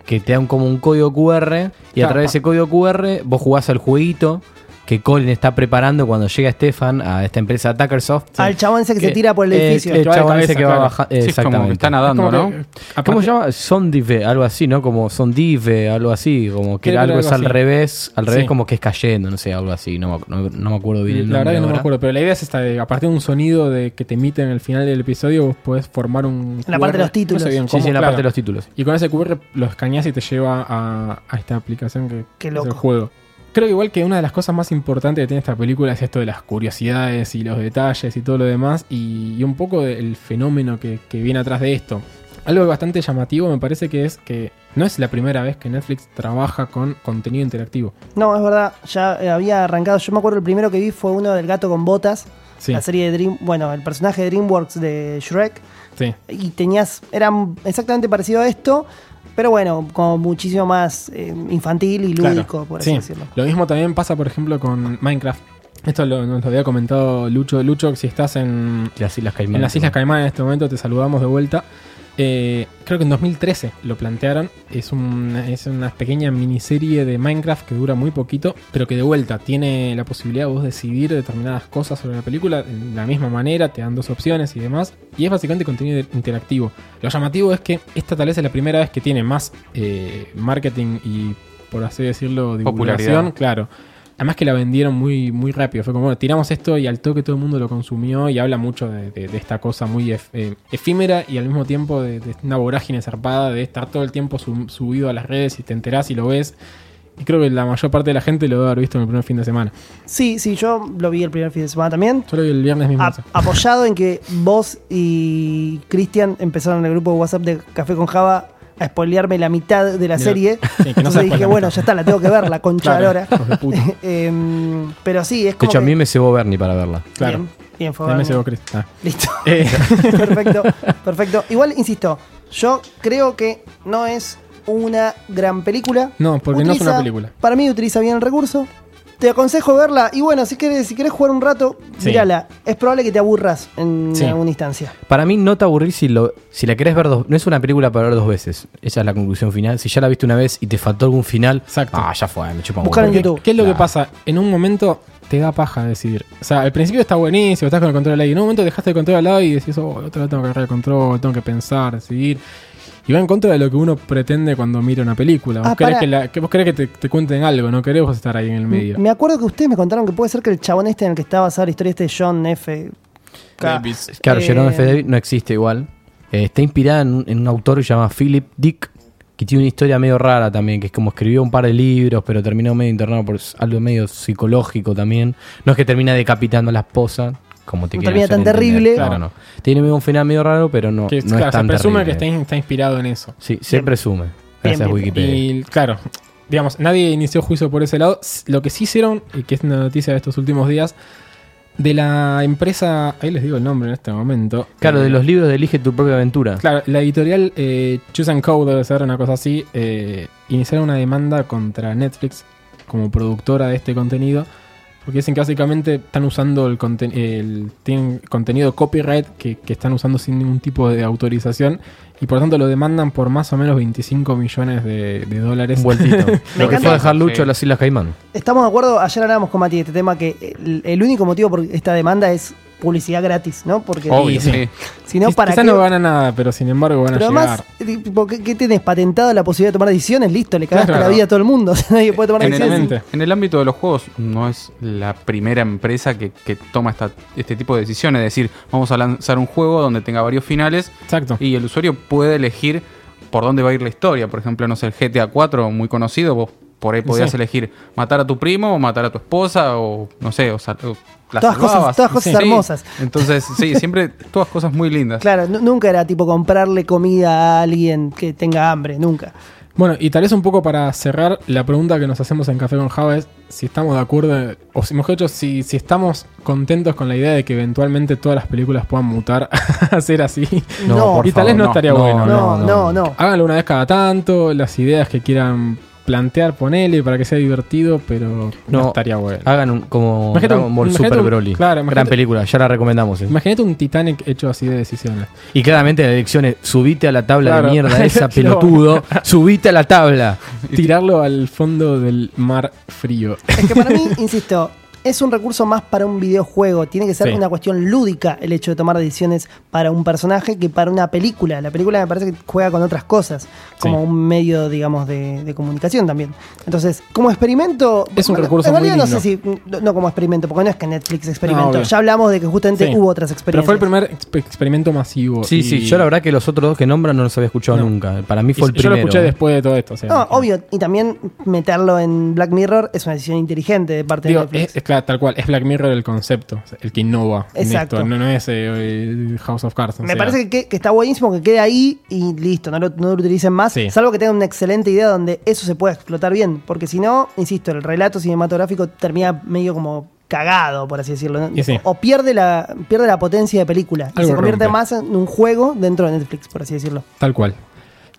Speaker 3: que te dan como un código QR y a
Speaker 5: Claro,
Speaker 3: través de ese código QR vos jugás al jueguito que Colin está preparando cuando llega Stefan a esta empresa Tuckersoft.
Speaker 6: Al chabón ese que se tira por el edificio.
Speaker 3: Eh, El,
Speaker 5: Que va de
Speaker 3: chabón ese
Speaker 5: cabeza,
Speaker 3: que va
Speaker 5: claro.
Speaker 3: baja-
Speaker 7: Sí, es como que
Speaker 3: Exactamente.
Speaker 7: está nadando,
Speaker 5: Es como
Speaker 7: ¿no?
Speaker 5: que, aparte-
Speaker 3: ¿Cómo se llama? Sondive, algo así, ¿no? Como Sondive, algo así, como que
Speaker 5: Creo que
Speaker 3: algo
Speaker 5: era
Speaker 3: es
Speaker 5: algo
Speaker 3: al
Speaker 5: así.
Speaker 3: revés, al revés
Speaker 5: Sí.
Speaker 3: como que es cayendo, no sé, algo así, no, me ac- no- no me acuerdo bien. el
Speaker 5: La verdad
Speaker 3: nombre
Speaker 5: que no me
Speaker 3: ahora.
Speaker 5: acuerdo, pero la idea es esta de, aparte de un sonido de que te emite en el final del episodio, vos podés formar un...
Speaker 6: En la parte de los títulos.
Speaker 5: No sé bien
Speaker 3: Sí,
Speaker 5: cómo,
Speaker 3: sí, en la
Speaker 5: claro.
Speaker 3: parte de los títulos.
Speaker 5: Y con ese QR lo escaneas y te lleva a, a esta aplicación que
Speaker 6: Qué
Speaker 5: es
Speaker 6: loco.
Speaker 5: el juego. Creo que igual que una de las cosas más importantes que tiene esta película es esto de las curiosidades y los detalles y todo lo demás y, y un poco del fenómeno que, que viene atrás de esto. Algo bastante llamativo me parece que es que no es la primera vez que Netflix trabaja con contenido interactivo.
Speaker 6: No, es verdad, ya eh, había arrancado. Yo me acuerdo el primero que vi fue uno del gato con botas.
Speaker 5: Sí,
Speaker 6: La serie de Dream. Bueno, el personaje de Dreamworks de Shrek.
Speaker 5: sí.
Speaker 6: Y tenías. Era exactamente parecido a esto. Pero bueno, como muchísimo más eh, infantil y
Speaker 5: Claro.
Speaker 6: lúdico, por así
Speaker 5: Sí.
Speaker 6: decirlo.
Speaker 5: Lo mismo también pasa, por ejemplo, con Minecraft. Esto lo- nos lo había comentado Lucho. Lucho, si estás en,
Speaker 3: Las Islas Caimán.
Speaker 5: en las Islas Caimán en este momento, te saludamos de vuelta. Eh, creo que en 2013 lo plantearon. Es, un- es una pequeña miniserie de Minecraft que dura muy poquito, pero que de vuelta tiene la posibilidad de vos decidir determinadas cosas sobre la película de la misma manera, te dan dos opciones y demás. Y es básicamente contenido interactivo. Lo llamativo es que esta tal vez es la primera vez que tiene más eh, marketing y, por así decirlo, divulgación.
Speaker 7: Popularidad.
Speaker 5: Claro. Además que la vendieron muy, muy rápido. Fue como, bueno, tiramos esto y al toque todo el mundo lo consumió y habla mucho de, de- de esta cosa muy ef- eh, efímera y al mismo tiempo de, de una vorágine zarpada de estar todo el tiempo sub- subido a las redes y te enterás y lo ves. Y creo que la mayor parte de la gente lo debe haber visto en el primer fin de semana.
Speaker 6: Sí, sí, yo lo vi el primer fin de semana también.
Speaker 5: Yo lo vi el viernes mismo.
Speaker 6: Ap- apoyado en que vos y Cristian empezaron en el grupo de WhatsApp de Café con Java a spoilearme la mitad de la
Speaker 5: Mira,
Speaker 6: serie.
Speaker 5: sí, que no se
Speaker 6: Entonces
Speaker 5: spoila
Speaker 6: dije,
Speaker 5: la
Speaker 6: bueno,
Speaker 5: mitad.
Speaker 6: ya está, la tengo que ver, la concha de
Speaker 5: Claro,
Speaker 6: la
Speaker 5: hijos de
Speaker 6: hora.
Speaker 5: puta.
Speaker 6: Em, pero sí, es
Speaker 3: De
Speaker 6: como.
Speaker 3: hecho, a
Speaker 6: que-
Speaker 3: mí me cebó Bernie para verla.
Speaker 5: Claro.
Speaker 6: Bien, bien, fue
Speaker 5: Ahí me
Speaker 6: Barney.
Speaker 5: llegó Chris. Ah.
Speaker 6: Listo.
Speaker 5: Eh,
Speaker 6: perfecto, perfecto. Igual, insisto, yo creo que no es una gran película.
Speaker 5: No, porque no es
Speaker 6: Utiliza-
Speaker 5: una película.
Speaker 6: Para mí utiliza bien el recurso. Te aconsejo verla y bueno, si quieres si querés jugar un rato,
Speaker 5: Sí.
Speaker 6: mírala. Es probable que te aburras en
Speaker 5: Sí.
Speaker 6: alguna instancia.
Speaker 3: Para mí no te aburrís si, lo, si la querés ver dos No es una película para ver dos veces. Esa es la conclusión final. Si ya la viste una vez y te faltó algún final,
Speaker 5: Exacto.
Speaker 3: ah, ya fue, me chupa un
Speaker 6: Buscar en
Speaker 3: huevo.
Speaker 6: YouTube.
Speaker 5: ¿Qué es lo que
Speaker 3: Claro.
Speaker 5: pasa? En un momento te da paja decidir. O sea, al principio está buenísimo, estás con el control al lado y en un momento dejaste el control al lado y decís, oh, otra vez tengo que agarrar el control, tengo que pensar, decidir. Y va en contra de lo que uno pretende cuando mira una película. Vos
Speaker 6: Ah,
Speaker 5: querés
Speaker 6: pará.
Speaker 5: que, la- que vos querés que te, te cuenten algo, no querés vos estar ahí en
Speaker 3: Mm,
Speaker 5: el medio.
Speaker 6: Me acuerdo que ustedes me contaron que puede ser que el chabón este en el que está basada la historia este John F. K.
Speaker 3: Claro,
Speaker 6: Eh,
Speaker 3: Jerome F. Davis no existe igual. Eh, está inspirada en, un- en un autor que se llama Philip Dick, que tiene una historia medio rara también, que es como escribió un par de libros, pero terminó medio internado por s- algo medio psicológico también. No es que termina decapitando a la esposa, como te
Speaker 6: No
Speaker 3: quieren
Speaker 6: termina
Speaker 3: hacer
Speaker 6: tan
Speaker 3: entender.
Speaker 6: terrible.
Speaker 3: Claro, no. Tiene medio un final medio raro, pero no,
Speaker 5: Que,
Speaker 3: no
Speaker 5: claro,
Speaker 3: es tan
Speaker 5: se presume
Speaker 3: terrible.
Speaker 5: que está, in- está inspirado en eso.
Speaker 3: Sí, se presume. Gracias,
Speaker 6: bien, bien.
Speaker 3: Wikipedia.
Speaker 5: Y claro, digamos, nadie inició juicio por ese lado. S- Lo que sí hicieron, y que es una noticia de estos últimos días, de la empresa. Ahí les digo el nombre en este momento.
Speaker 3: Claro,
Speaker 5: Eh,
Speaker 3: de los libros de Elige tu propia aventura.
Speaker 5: Claro, la editorial eh, Choose and Code debe ser una cosa así. eh, iniciaron una demanda contra Netflix como productora de este contenido. Porque dicen que básicamente están usando el, conten- el- tienen contenido copyright que, que están usando sin ningún tipo de autorización. Y por tanto lo demandan por más o menos 25 millones de, de dólares.
Speaker 3: Un vueltito.
Speaker 6: Me
Speaker 3: Lo que
Speaker 6: encanta.
Speaker 3: fue a dejar Lucho
Speaker 7: Sí.
Speaker 3: a las Islas Caimán.
Speaker 6: Estamos de acuerdo, ayer hablábamos con Mati de este tema, que el, el único motivo por esta demanda es publicidad gratis, ¿no? Porque
Speaker 7: Obvio,
Speaker 5: sí.
Speaker 7: sí.
Speaker 6: si no,
Speaker 5: Quizás
Speaker 6: ¿para qué?
Speaker 5: no gana nada, pero sin embargo van
Speaker 6: Pero
Speaker 5: a
Speaker 6: además,
Speaker 5: llegar.
Speaker 6: tipo, ¿qué, qué tienes? ¿Patentado la posibilidad de tomar decisiones? Listo, le cagaste
Speaker 5: Claro.
Speaker 6: la vida a todo el mundo. O sea, nadie puede tomar
Speaker 7: En
Speaker 6: decisiones.
Speaker 5: Exactamente.
Speaker 7: el, en el ámbito de los juegos no es la primera empresa que, que toma esta- este tipo de decisiones. Es decir, vamos a lanzar un juego donde tenga varios finales
Speaker 5: Exacto.
Speaker 7: y el usuario puede elegir por dónde va a ir la historia. Por ejemplo, no sé, el GTA 4, muy conocido, vos por ahí podías
Speaker 5: Sí.
Speaker 7: elegir matar a tu primo o matar a tu esposa o no sé, o, sal- o la
Speaker 6: Todas cosas-
Speaker 7: salvabas.
Speaker 6: todas cosas hermosas.
Speaker 7: Entonces, sí, siempre todas cosas muy lindas.
Speaker 6: Claro, nu- nunca era tipo comprarle comida a alguien que tenga hambre, nunca.
Speaker 5: Bueno, y tal vez un poco para cerrar, la pregunta que nos hacemos en Café con Java es si estamos de acuerdo, o si, mejor dicho, si, si estamos contentos con la idea de que eventualmente todas las películas puedan mutar a ser así.
Speaker 3: No,
Speaker 6: No.
Speaker 3: por
Speaker 5: y tal vez no,
Speaker 7: favor, no,
Speaker 5: estaría
Speaker 3: no,
Speaker 5: bueno.
Speaker 6: No, no, no.
Speaker 5: Háganlo una vez cada tanto, las ideas que quieran plantear, ponele para que sea divertido, pero no,
Speaker 3: No. Ah.
Speaker 5: estaría bueno.
Speaker 3: Hagan un, como
Speaker 5: Imagínate un-
Speaker 3: Dragon Ball
Speaker 5: imagínate
Speaker 3: Super
Speaker 5: un-
Speaker 3: Broly.
Speaker 5: claro,
Speaker 3: Gran
Speaker 5: imagínate-
Speaker 3: película, ya la recomendamos. eh.
Speaker 5: Imagínate un Titanic hecho así de decisiones.
Speaker 3: Y claramente la dirección es subite a la tabla
Speaker 5: Claro.
Speaker 3: de mierda esa
Speaker 5: No.
Speaker 3: pelotudo, subite a la tabla.
Speaker 5: Tirarlo al fondo del mar frío.
Speaker 6: Es que para mí, insisto, es un recurso más para un videojuego. Tiene que ser
Speaker 5: Sí.
Speaker 6: una cuestión lúdica el hecho de tomar decisiones para un personaje que para una película. La película me parece que juega con otras cosas, como
Speaker 5: Sí.
Speaker 6: un medio, digamos, de, de comunicación también. Entonces, como experimento.
Speaker 5: Es un
Speaker 6: bueno,
Speaker 5: recurso
Speaker 6: En realidad
Speaker 5: muy
Speaker 6: no sé si. No, no como experimento, porque no es que Netflix experimentó.
Speaker 5: obvio.
Speaker 6: ya hablamos de que justamente
Speaker 5: Sí.
Speaker 6: hubo otras
Speaker 5: Pero
Speaker 6: experiencias.
Speaker 5: fue el primer exp- experimento masivo.
Speaker 3: Sí,
Speaker 5: y-
Speaker 3: sí, yo la verdad que los otros dos que nombran no los había escuchado
Speaker 5: No.
Speaker 3: nunca. Para mí
Speaker 5: y
Speaker 3: fue el
Speaker 5: yo
Speaker 3: primero. ¿eh?
Speaker 5: lo escuché después de todo esto. o sea,
Speaker 6: No, obvio. Y también meterlo en Black Mirror es una decisión inteligente de parte
Speaker 5: Digo,
Speaker 6: de Netflix.
Speaker 5: es, es claro, tal cual, es Black Mirror el concepto, o sea, el que innova. en
Speaker 6: Exacto.
Speaker 5: esto, No, no es eh, eh, House of Cards. o
Speaker 6: Me
Speaker 5: sea,
Speaker 6: parece que, que está buenísimo que quede ahí y listo, no lo, no lo utilicen más.
Speaker 5: Sí.
Speaker 6: Salvo que tengan una excelente idea donde eso se pueda explotar bien. Porque si no, insisto, el relato cinematográfico termina medio como cagado, por así decirlo. ¿no?
Speaker 5: Y sí.
Speaker 6: O pierde la, pierde la potencia de película. Y
Speaker 5: Algo
Speaker 6: se convierte
Speaker 5: rompe.
Speaker 6: más en un juego dentro de Netflix, por así decirlo.
Speaker 5: Tal cual.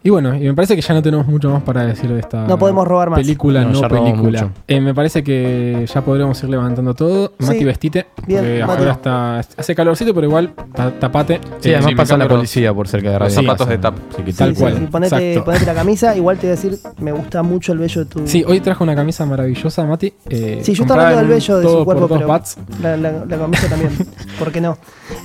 Speaker 5: Y bueno, y me parece que ya no tenemos mucho más para decir de esta
Speaker 6: No podemos robar más.
Speaker 5: película,
Speaker 3: No,
Speaker 5: no,
Speaker 3: ya robamos
Speaker 5: película.
Speaker 3: mucho.
Speaker 5: Eh, me parece que ya podríamos ir levantando todo.
Speaker 6: Sí.
Speaker 5: Mati, vestite.
Speaker 6: Bien,
Speaker 5: porque
Speaker 6: Mati.
Speaker 5: ahora está, hace calorcito, pero igual ta- tapate.
Speaker 3: Sí,
Speaker 5: Eh,
Speaker 3: además
Speaker 7: sí, me
Speaker 3: pasa la
Speaker 7: cambio los-
Speaker 3: policía por cerca de
Speaker 7: los
Speaker 3: radio.
Speaker 7: zapatos
Speaker 3: Pasa.
Speaker 7: de tap.
Speaker 3: Sí, que
Speaker 5: Tal cual.
Speaker 6: Ponete,
Speaker 5: exacto.
Speaker 6: ponete la camisa. Igual te voy a decir, me gusta mucho el vello de tu.
Speaker 5: sí, hoy trajo una camisa maravillosa, Mati. eh,
Speaker 6: Sí, yo
Speaker 5: comprada
Speaker 6: estaba hablando del
Speaker 5: en
Speaker 6: vello de
Speaker 5: todo
Speaker 6: su
Speaker 5: por
Speaker 6: cuerpo,
Speaker 5: dos
Speaker 6: pero
Speaker 5: bats.
Speaker 6: la, la- la camisa también. ¿Por qué no?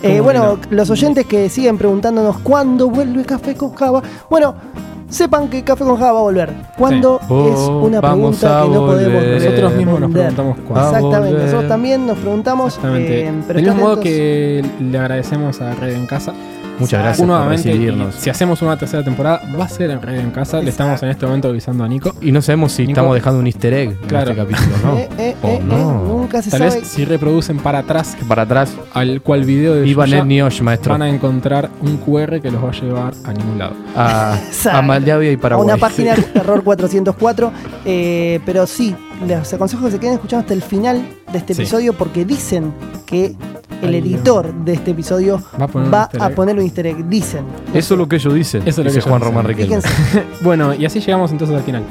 Speaker 6: Eh,
Speaker 5: que
Speaker 6: bueno, los oyentes que siguen preguntándonos cuándo vuelve Café con Java, bueno, sepan que Café con Java va a volver. ¿Cuándo
Speaker 3: Sí. Oh,
Speaker 6: es una
Speaker 3: vamos
Speaker 6: pregunta
Speaker 3: a
Speaker 6: que no podemos
Speaker 3: volver.
Speaker 5: Nosotros mismos nos
Speaker 6: responder.
Speaker 5: preguntamos cuándo.
Speaker 3: Va a
Speaker 6: Exactamente,
Speaker 3: volver.
Speaker 6: nosotros también nos preguntamos.
Speaker 5: Exactamente.
Speaker 6: eh, pero
Speaker 5: Del mismo
Speaker 6: estén
Speaker 5: modo
Speaker 6: atentos.
Speaker 5: que le agradecemos a Red en Casa.
Speaker 3: Muchas gracias por
Speaker 5: Nuevamente, y
Speaker 3: recibirnos.
Speaker 5: si hacemos una tercera temporada, va a ser en Red en Casa. Le estamos en este momento avisando a Nico.
Speaker 3: Y no sabemos si
Speaker 5: Nico.
Speaker 3: estamos dejando un easter egg
Speaker 5: Claro.
Speaker 3: en este capítulo, ¿no?
Speaker 6: Eh, eh,
Speaker 3: Oh,
Speaker 6: eh, eh,
Speaker 3: no.
Speaker 6: Nunca se
Speaker 5: Tal
Speaker 6: sabe.
Speaker 5: vez si reproducen para atrás,
Speaker 3: Para atrás,
Speaker 5: al cual video de
Speaker 3: Ivan
Speaker 5: Yuya,
Speaker 3: Ed Niosh, maestro.
Speaker 5: van a encontrar un QR que los va a llevar a ningún lado.
Speaker 3: A,
Speaker 6: Exacto.
Speaker 3: a Maldavia y
Speaker 6: a
Speaker 3: Paraguay.
Speaker 6: una página error 404. eh, pero sí, les aconsejo que se queden escuchando hasta el final de este
Speaker 5: Sí.
Speaker 6: episodio porque dicen que el
Speaker 5: Ay,
Speaker 6: editor de este episodio
Speaker 5: Va a poner este un
Speaker 6: va
Speaker 5: easter
Speaker 6: a
Speaker 5: egg.
Speaker 6: poner un easter egg. Dicen.
Speaker 3: Eso es lo que ellos dicen.
Speaker 5: Eso es lo que
Speaker 3: dice
Speaker 5: ellos
Speaker 3: Juan
Speaker 5: dicen.
Speaker 3: Román Riquelme.
Speaker 6: Fíjense.
Speaker 5: Bueno, y así llegamos entonces al final.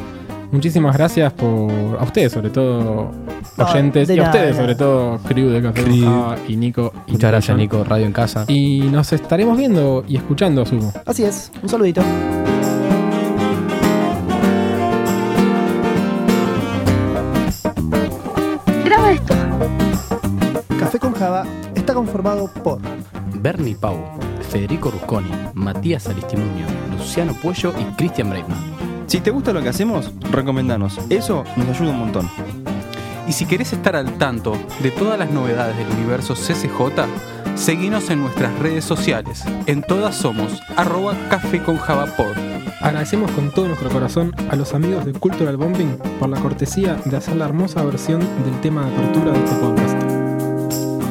Speaker 5: Muchísimas gracias por a ustedes, sobre todo
Speaker 6: No,
Speaker 5: oyentes,
Speaker 6: de
Speaker 5: y a
Speaker 6: nada, de
Speaker 5: ustedes,
Speaker 6: nada.
Speaker 5: sobre todo crew de Café
Speaker 3: Crew.
Speaker 5: Mojava y Nico. y
Speaker 3: Muchas gracias,
Speaker 5: John.
Speaker 3: Nico. Radio en casa.
Speaker 5: Y nos estaremos viendo y escuchando, sumo.
Speaker 6: Así es. Un saludito.
Speaker 2: Graba esto.
Speaker 6: Café con Java está conformado por
Speaker 9: Bernie Pau, Federico Rusconi, Matías Aristimuño, Luciano Puello y Cristian Breitman.
Speaker 10: Si te gusta lo que hacemos, recomendanos. Eso nos ayuda un montón.
Speaker 7: Y si querés estar al tanto de todas las novedades del universo CCJ, seguinos en nuestras redes sociales. En todas somos arroba café con Java Pod.
Speaker 5: Agradecemos con todo nuestro corazón a los amigos de Cultural Bombing por la cortesía de hacer la hermosa versión del tema de apertura de este podcast.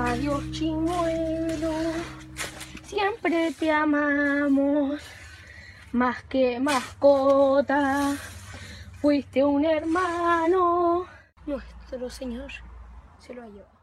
Speaker 4: Adiós, chimuelo. Siempre te amamos. Más que mascota. Fuiste un hermano. Nuestro Señor se lo ha llevado.